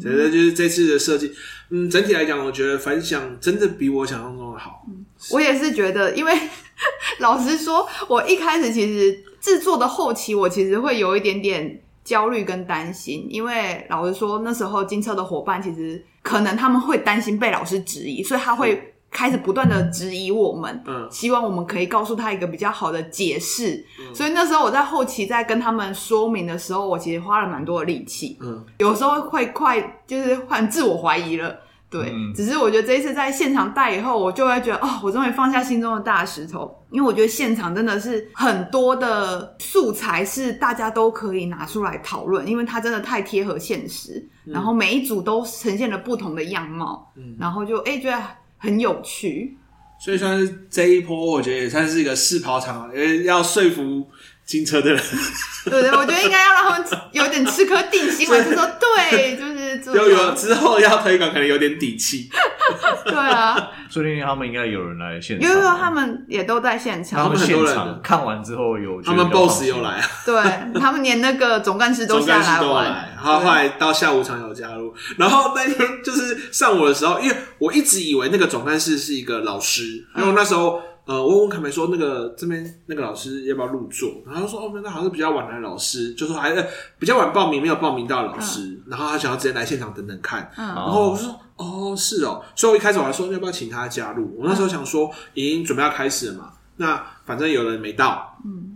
S1: 所以这就是这次的设计，嗯，整体来讲，我觉得反响真的比我想象中的好，
S2: 我也是觉得，因为 [LAUGHS] 老实说，我一开始其实制作的后期，我其实会有一点点焦虑跟担心，因为老实说，那时候金车的伙伴其实可能他们会担心被老师质疑，所以他会开始不断的质疑我们，
S1: 嗯
S2: 希望我们可以告诉他一个比较好的解释。所以那时候我在后期在跟他们说明的时候，我其实花了蛮多的力气。
S1: 嗯，
S2: 有时候会快，就是很自我怀疑了。对，
S3: 嗯
S2: 只是我觉得这一次在现场带以后，我就会觉得哦，我终于放下心中的大石头，因为我觉得现场真的是很多的素材是大家都可以拿出来讨论，因为它真的太贴合现实，然后每一组都呈现了不同的样貌，
S1: 嗯
S2: 然后就哎、觉得很有趣，
S1: 所以算是这一波，我觉得也算是一个试跑场，因为要说服金车的人，
S2: 对对，我觉得应该要让他们有点吃颗定心丸，就
S1: [LAUGHS]
S2: 说对，啊就是这
S1: 就有
S2: 样，
S1: 之后要推广，可能有点底气，
S2: 对啊，
S3: 说不定他们应该有人来现场，
S2: 悠悠他们也都在现场，
S3: 他们现
S1: 他们很多人
S3: 场看完之后有觉
S1: 他
S3: 得
S1: 们
S3: 比较放
S1: boss
S3: 心
S1: 又来。啊
S2: 对他们连那个总干事
S1: [LAUGHS]
S2: 都
S1: 总
S2: 下
S1: 干事
S2: 来
S1: 都有
S2: 玩，
S1: 来，然后后来到下午场有加入，然后那天就是上午的时候，因为我一直以为那个总干事是一个老师，因为我那时候呃，我问凯梅说那个这边那个老师要不要入座，然后他说哦，那好像是比较晚来的老师，就说还呃比较晚报名没有报名到的老师，然后他想要直接来现场等等看，
S2: 嗯
S1: 然后我就说哦是哦，所以我一开始我还说要不要请他加入，我那时候想说已经准备要开始了嘛，那反正有人没到，
S2: 嗯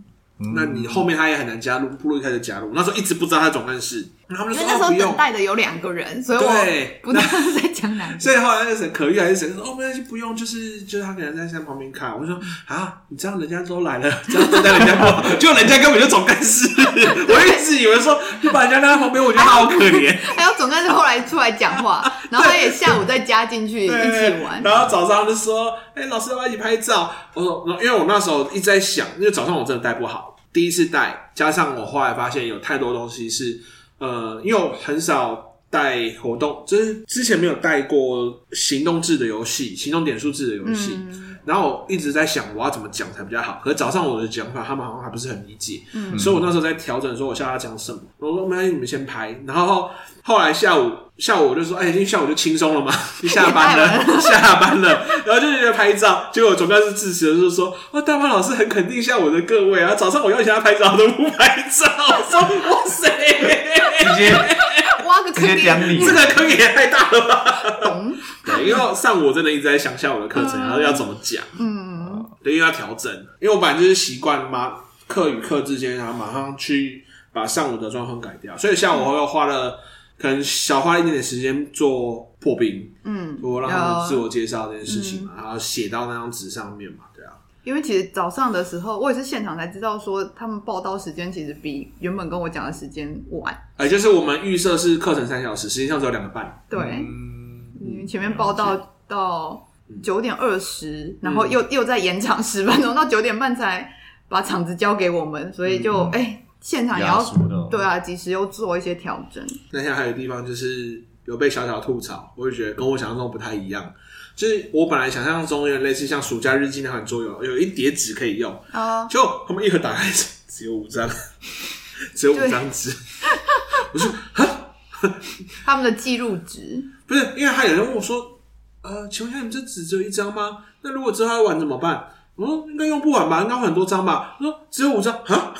S1: 那你后面他也很难加入，部落一开始加入，那时候一直不知道他总干事，然后他们
S2: 因
S1: 就
S2: 为
S1: 说
S2: 那时
S1: 哦
S2: 候
S1: 不用
S2: 等，待的有两个人，所以
S1: 对
S2: 我不知道是在讲哪个。
S1: 所以后来那谁可玉还是谁说哦没关系不用，就是就是他可能在山旁边看。我就说啊，你这样人家都来了，这样对待人家不好， [LAUGHS] 就人家根本就总干事。 [LAUGHS] 我一直以为说你把人家拉在旁边，我觉得他好可怜。
S2: 还有总干事后来出来讲话，
S1: [LAUGHS]
S2: 然后他也下午再加进去一
S1: 对
S2: 起玩。
S1: 然后早上就说：“哎、老师要不要一起拍照？”我说：“因为我那时候一直在想，因为早上我真的带不好，第一次带，加上我后来发现有太多东西是，呃，因为我很少带活动，就是之前没有带过行动制的游戏，行动点数制的游戏。
S2: 嗯
S1: 然后我一直在想我要怎么讲才比较好，可是早上我的讲法他们好像还不是很理解，
S2: 嗯
S1: 所以我那时候在调整，说我下午要讲什么。我说没关系，你们先拍。然后后来下午下午我就说，哎、因为下午就轻松了
S2: [LAUGHS]
S1: 嘛， [LAUGHS] 就下班
S2: 也太晚
S1: 了，下班了，然后就觉得拍照。结果总干事致辞的时候说，哦，大潘老师很肯定下午的各位啊，早上我邀请他拍照都不拍照，我说哇塞，
S3: 直接
S2: 挖个坑
S3: 直接
S2: 给
S3: 讲理
S1: [LAUGHS] 这个坑也太大了吧？
S2: 懂。
S1: 对，因为上午我真的一直在想下午的课程，然后要怎么讲。
S2: 嗯，
S1: 对，因为要调整，因为我本来就是习惯马课与课之间，然后马上去把上午的状况改掉，所以下午我又花了可能小花一点点时间做破冰，
S2: 嗯
S1: 我让他们自我介绍这件事情嘛，然后写到那张纸上面嘛，对啊，
S2: 因为其实早上的时候，我也是现场才知道说，他们报道时间其实比原本跟我讲的时间晚。
S1: 哎、就是我们预设是课程三小时，实际上只有两个半，
S2: [LAUGHS] 对，
S3: 嗯
S2: 因嗯为前面报
S3: 了
S2: 道到九点二十，然后又、又再延长十分钟到九点半才把场子交给我们，所以就哎、现场也
S3: 压
S2: 要
S3: 缩的哦，
S2: 对啊，及时又做一些调整。
S1: 那天还有地方就是有被小小吐槽，我就觉得跟我想象中不太一样。就是我本来想象中有点类似像暑假日记那款桌游，有一叠纸可以用，
S2: 啊、
S1: 就他们一盒打开 [LAUGHS] 只有五张，只有五张纸。
S2: 他们的记录值，
S1: 不是，因为还有人问我说：“呃，请问一下，你这纸只有一张吗？那如果之后要玩怎么办？”我说：“应该用不完吧，应该会很多张吧。”他说：“只有五张啊。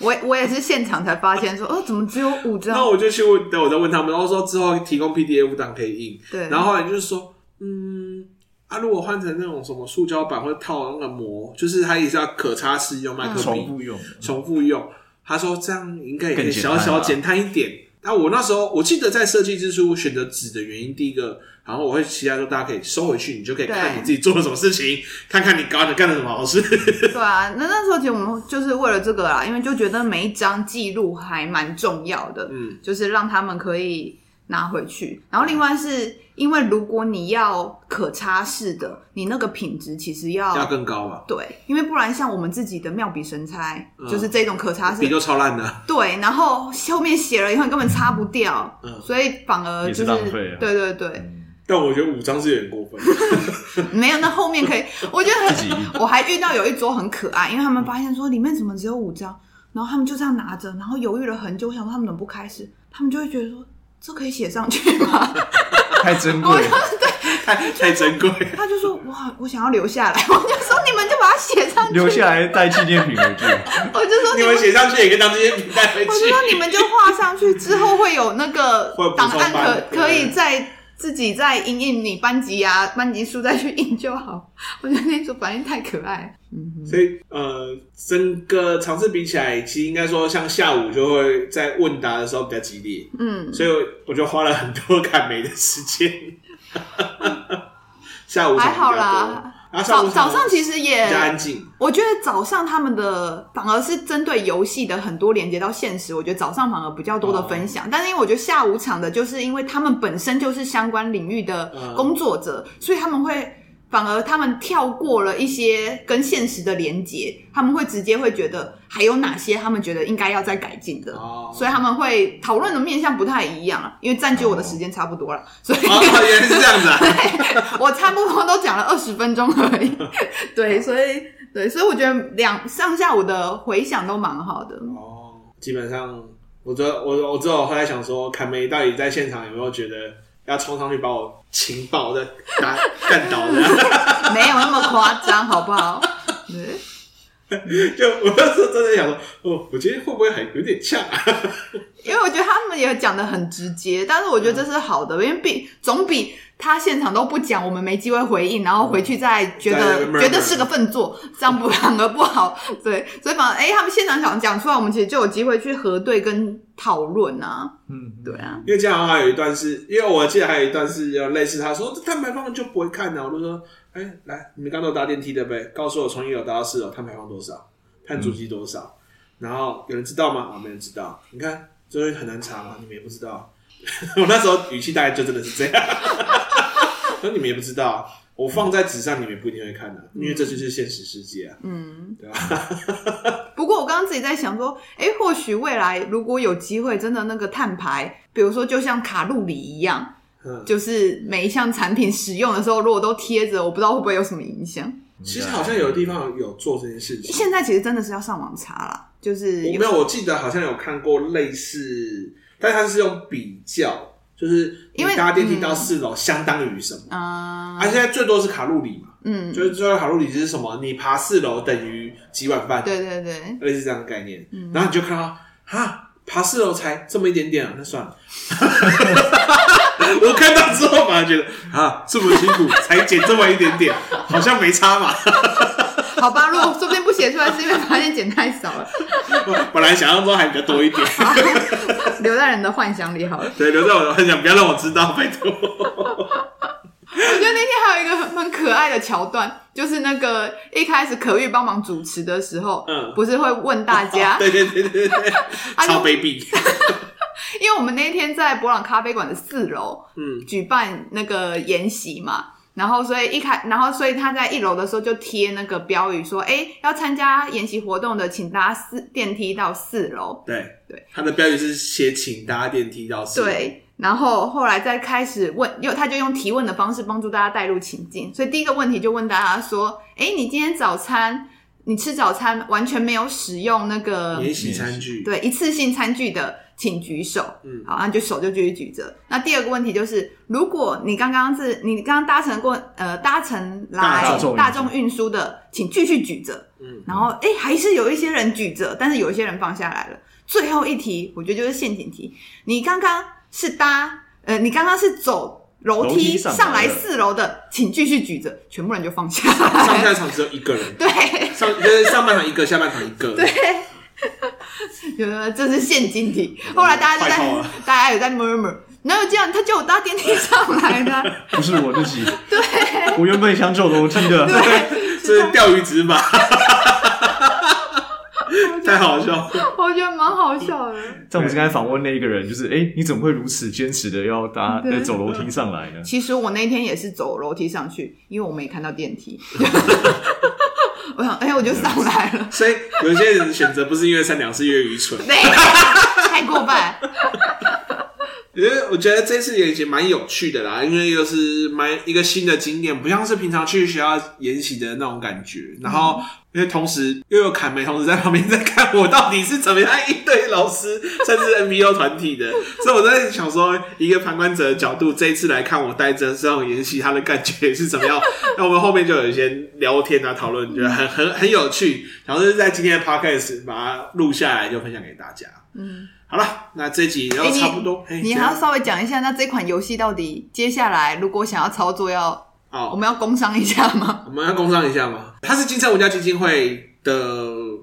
S2: 我我也是现场才发现说，哦，怎么只有五”
S1: 然后
S2: 张？
S1: 我就去问，等我再问他们，然后说之后提供 PDF 档可以印。
S2: 对，
S1: 然后后来就是说，嗯，啊，如果换成那种什么塑胶板或者套那个膜，就是它也是要可擦式用麦克笔，
S3: 重复用的，
S1: 重复用。他说这样应该也可以
S3: 更简
S1: 小
S3: 单
S1: 小
S3: 吧
S1: 简单一点。那我那时候我记得在设计之初选择纸的原因，第一个，然后我会期待说大家可以收回去，你就可以
S2: 对
S1: 看你自己做了什么事情，看看你刚才干了什么好事。
S2: 对啊，那那时候其实我们就是为了这个啦，因为就觉得每一张记录还蛮重要的，
S1: 嗯，
S2: 就是让他们可以拿回去。然后另外是因为如果你要可擦式的，你那个品质其实要
S1: 要更高吧，
S2: 对，因为不然像我们自己的妙笔神猜，
S1: 嗯
S2: 就是这种可擦式
S1: 笔，都超烂的。
S2: 对，然后后面写了以后你根本擦不掉，
S1: 嗯
S2: 所以反而
S3: 也
S2: 就是
S3: 浪费啊
S2: 对对对，
S1: 但我觉得五张是有点过分。 [LAUGHS]
S2: 没有，那后面可以，我觉得
S3: 自己
S2: [LAUGHS] 很，我还遇到有一桌很可爱，因为他们发现说里面怎么只有五张，然后他们就这样拿着，然后犹豫了很久，我想说他们怎么不开始，他们就会觉得说这可以写上去 [LAUGHS] 吗？
S3: 太珍贵了，
S1: 太太珍贵。
S2: 他就说哇，我想要留下来，我就说你们就把它写上去，
S3: 留下来带纪念品回去。
S2: 我就说
S1: 你
S2: 你
S1: 们
S2: 们。
S1: 写上去也可以当这些笔带回
S2: 我就
S1: 去
S2: 说。你们就画上去，之后会有那个
S1: 会有补充
S2: 档案
S1: 班
S2: 可
S1: 对
S2: 可以再自己再印印你班级啊、班级书再去印就好。我觉得那组反应太可爱了，嗯哼，
S1: 所以呃，整个场次比起来，其实应该说像下午就会在问答的时候比较激烈。
S2: 嗯。
S1: 所以我就花了很多 [LAUGHS] 赶美的时间。下午
S2: 还
S1: 场
S2: 好
S1: 比较多
S2: 啦，，
S1: 然后下
S2: 早
S1: 午
S2: 早上其实也
S1: 比较，安静，
S2: 我觉得早上他们的反而是针对游戏的很多连接到现实，我觉得早上反而比较多的分
S1: 哦
S2: 享。但是因为我觉得下午场的，就是因为他们本身就是相关领域的
S1: 嗯
S2: 工作者，所以他们会反而他们跳过了一些跟现实的连接，他们会直接会觉得还有哪些他们觉得应该要再改进的。
S1: 哦
S2: 所以他们会讨论的面向不太一样啊，因为占据我的时间差不多了，所以
S1: 哦，原来是这样子
S2: [LAUGHS]
S1: 啊！
S2: 我差不多都讲了二十分钟而
S1: [LAUGHS]
S2: 已。对，所以对，所以我觉得两上下午的回想都蛮好的。
S1: 哦，基本上我觉得我我之后后来想说，凯梅到底在现场有没有觉得要冲上去把我情报的打干倒的？啊
S2: 没有那么夸张，好不好？对。
S1: [LAUGHS] 就我那时候真的想说，哦，我觉得会不会还有点呛啊？
S2: 因为我觉得他们也讲的很直接，但是我觉得这是好的，因为比总比他现场都不讲，我们没机会回应，然后回去再觉
S1: 再
S2: 得
S1: murmur
S2: 觉得是个笨作，这样不 [LAUGHS] 反而不好。对，所以反而哎、他们现场讲讲出来，我们其实就有机会去核对跟讨论啊。
S3: 嗯，
S2: [LAUGHS] 对啊，
S1: 因为这样还有一段是，因为我记得还有一段是要类似他说这蛋白放就不会看的、我就说，哎、来，你们刚刚都搭电梯对不对？告诉我从一楼搭到四楼，哦碳排放多少，碳足迹多少？然后有人知道吗？啊，没人知道。你看，就是很难查嘛，你们也不知道。我那时候语气大概就真的是这样， [LAUGHS] 那你们也不知道，我放在纸上你们也不一定会看的、因为这就是现实世界啊，
S2: 嗯。
S1: 对吧？[LAUGHS]
S2: 啊不过我刚刚自己在想说，哎、或许未来如果有机会，真的那个碳排，比如说就像卡路里一样，
S1: 嗯，
S2: 就是每一项产品使用的时候，如果都贴着，我不知道会不会有什么影响。
S1: 其实好像有的地方有做这件事情，
S2: 现在其实真的是要上网查啦，就是
S1: 我没有，我记得好像有看过类似，但它是用比较，就是你
S2: 因为
S1: 搭电梯
S2: 嗯
S1: 到四楼相当于什么？
S2: 嗯、
S1: 啊，现在最多是卡路里嘛，
S2: 嗯，
S1: 就是最多卡路里就是什么？你爬四楼等于几碗饭，
S2: 对嗯对对，
S1: 类似这样的概念。然后你就看到啊，爬四楼才这么一点点啊，那算
S2: [LAUGHS]
S1: 了。我看到之后反而觉得啊，这么辛苦才减这么一点点，好像没差嘛。 [LAUGHS]
S2: 好吧，如果说不定不写出来是因为发现剪太少了， [LAUGHS]
S1: 本来想象中还比较多一点，
S2: 留在人的幻想里好了。
S1: 对，留在我的幻想，不要让我知道，拜托。
S2: 我觉得那天还有一个很很可爱的桥段，就是那个一开始可玉帮忙主持的时候，
S1: 嗯
S2: 不是会问大家，
S1: 哦对对对对
S2: [LAUGHS]
S1: 对，
S2: 啊
S1: 超卑鄙。
S2: 因为我们那天在博朗咖啡馆的四楼
S1: 嗯，
S2: 举办那个研习嘛。然后，所以一开，然后所以他在一楼的时候就贴那个标语说：“哎，要参加研习活动的，请搭四电梯到四楼。”
S1: 对
S2: 对，
S1: 他的标语是写请搭电梯到四楼，
S2: 对，然后后来再开始问，又他就用提问的方式帮助大家带入情境。所以第一个问题就问大家说：“哎，你今天早餐你吃早餐完全没有使用那个
S1: 免洗餐具。
S2: 嗯对一次性餐具的，请举手。”
S1: 嗯
S2: 好，那就手就继续举着。那第二个问题就是，如果你刚刚是你刚刚搭乘过呃搭乘来
S1: 大
S3: 众
S2: 大众运输的，请继续举着。
S1: 嗯，
S2: 然后哎、诶还是有一些人举着，但是有一些人放下来了。最后一题，我觉得就是陷阱题。你刚刚是搭呃，你刚刚是走楼
S3: 楼
S2: 梯
S3: 梯上来
S2: 上来
S3: 的
S2: 四楼的，请继续举着，全部人就放下
S1: 上
S2: 来。
S1: 下场只有一个人，
S2: 对
S1: 上 [LAUGHS] 就是上半场一个，下半场一个。对，
S2: 呃， [LAUGHS] 这是陷阱题。后来大家就
S1: 快跑
S2: 在
S1: 了
S2: [LAUGHS] 大家有在 murmur，哪有这样？他叫我搭电梯上来的，
S3: 不是我自己，对，我原本想走楼梯
S2: [LAUGHS]
S3: 的，
S2: 对，
S1: 这是钓鱼执法，太好笑了。
S2: [LAUGHS] 我觉得蛮好笑的。
S3: 但我们刚才访问那一个人，就是哎、诶你怎么会如此坚持的要搭
S2: 对
S3: 呃走楼梯上来呢？
S2: 其实我那天也是走楼梯上去，因为我没看到电梯。 [LAUGHS] 我想，哎、我就上来了。 [LAUGHS]
S1: 所以有些人选择不是因为善良，是因为愚蠢。
S2: 对， [LAUGHS] 太
S1: [LAUGHS]
S2: 过分。
S1: 因为我觉得这次研习蛮有趣的啦，因为又是蛮一个新的经验，不像是平常去学校研习的那种感觉。然后，因为同时又有凯梅同时在旁边在看我到底是怎么样应对老师， [LAUGHS] 甚至 NBO 团体的，所以我在想说，一个旁观者的角度，这一次来看我带着这种研习，他的感觉是怎么样？ [LAUGHS] 那我们后面就有一些聊天啊讨论，觉
S2: 嗯
S1: 得很很很有趣，然后就是在今天的 podcast 把它录下来，就分享给大家。
S2: 嗯，
S1: 好了，那这集
S2: 哎
S1: 要
S2: 你
S1: 差不多，嘿
S2: 你
S1: 这
S2: 还
S1: 样
S2: 要稍微讲一下，那这款游戏到底接下来如果想要操作要，
S1: 好
S2: 我，们要工商一下吗？
S1: 我们要工商一下吗？它是金城文教基金会的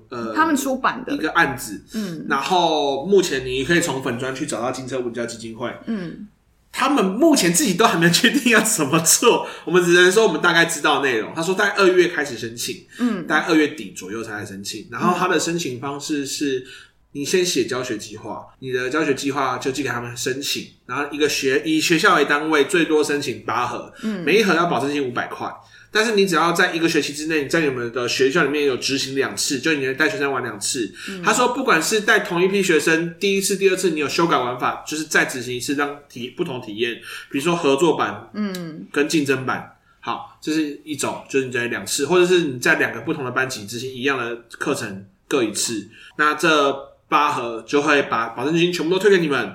S1: 呃，
S2: 他们出版
S1: 一
S2: 的，
S1: 个案子，
S2: 嗯
S1: 然后目前你可以从粉专去找到金城文教基金会，
S2: 嗯，
S1: 他们目前自己都还没有确定要怎么做， [LAUGHS] 我们只能说我们大概知道内容。他说大概二月开始申请，
S2: 嗯，
S1: 大概二月底左右才来申请，然后他的申请方式是。你先写教学计划，你的教学计划就寄给他们申请，然后一个学以学校为单位，最多申请八盒，
S2: 嗯
S1: 每一盒要保证金五百块。但是你只要在一个学期之内，你在你们的学校里面有执行两次，就你能带学生玩两次。他说，不管是带同一批学生，第一次、第二次你有修改玩法，就是再执行一次，让体不同体验，比如说合作版、
S2: 嗯
S1: 跟竞争版。好，这是一种，就是你在两次，或者是你在两个不同的班级执行一样的课程各一次。那这八盒就会把保证金全部都退给你们。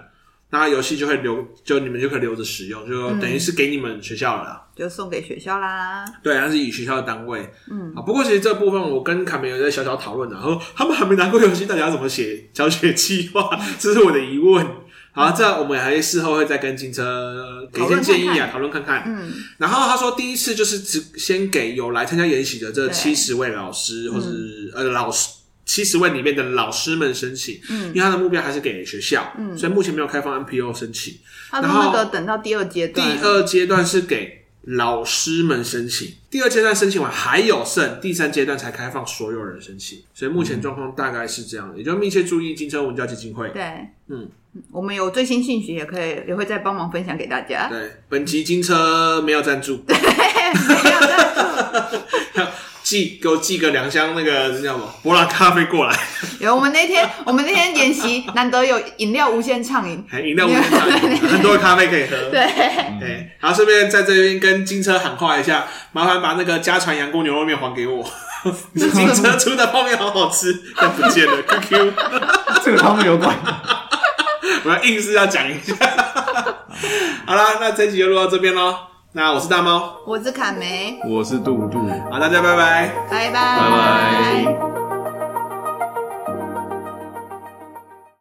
S1: 那游戏就会留，就你们就可以留着使用，就等于是给你们学校了啦。
S2: 就送给学校啦。
S1: 对，它是以学校的单位。嗯，啊，不过其实这部分我跟凯美有在小小讨论啊的，然后他们还没拿过游戏，到底要怎么写教学计划，这是我的疑问。好，这我们还事后会再跟金车给一些建议啊，讨论看看。
S2: 嗯，
S1: 然后他说，第一次就是只先给有来参加研习的这
S2: 对
S1: 七十位老师，或是、呃老师七十位里面的老师们申请，嗯，因为他的目标还是给学校，嗯，所以目前没有开放 NPO 申请。
S2: 他说
S1: 然后
S2: 那个等到第二阶
S1: 第
S2: 段，
S1: 二阶段是给老师们申请，第二阶段申请完还有剩，第三阶段才开放所有人申请。所以目前状况大概是这样，也就密切注意金车文教基金会。
S2: 嗯对，
S1: 嗯，
S2: 我们有最新信息，也可以也会再帮忙分享给大家。
S1: 对，本集金车没有赞助，
S2: [LAUGHS] 没有赞助
S1: 寄给我寄个两箱那个是叫什么博朗咖啡过来。
S2: 有，我们那天 [LAUGHS] 我们那天演习难得有饮料无限畅饮，
S1: 还饮料无限畅饮，很多咖啡可以喝。
S2: 对，
S1: 对，然哎后顺便在这边跟金车喊话一下，麻烦把那个家传羊锅牛肉面还给我。是金车出的泡面好好吃，但不见了。QQ，
S3: 这个他们有管。
S1: 我要硬是要讲一下。好啦，那这集就录到这边喽。那我是大猫，
S2: [LAUGHS] 我是卡梅，
S3: 我是杜杜，
S1: 好，大家拜拜。
S2: 拜拜，拜
S3: 拜拜。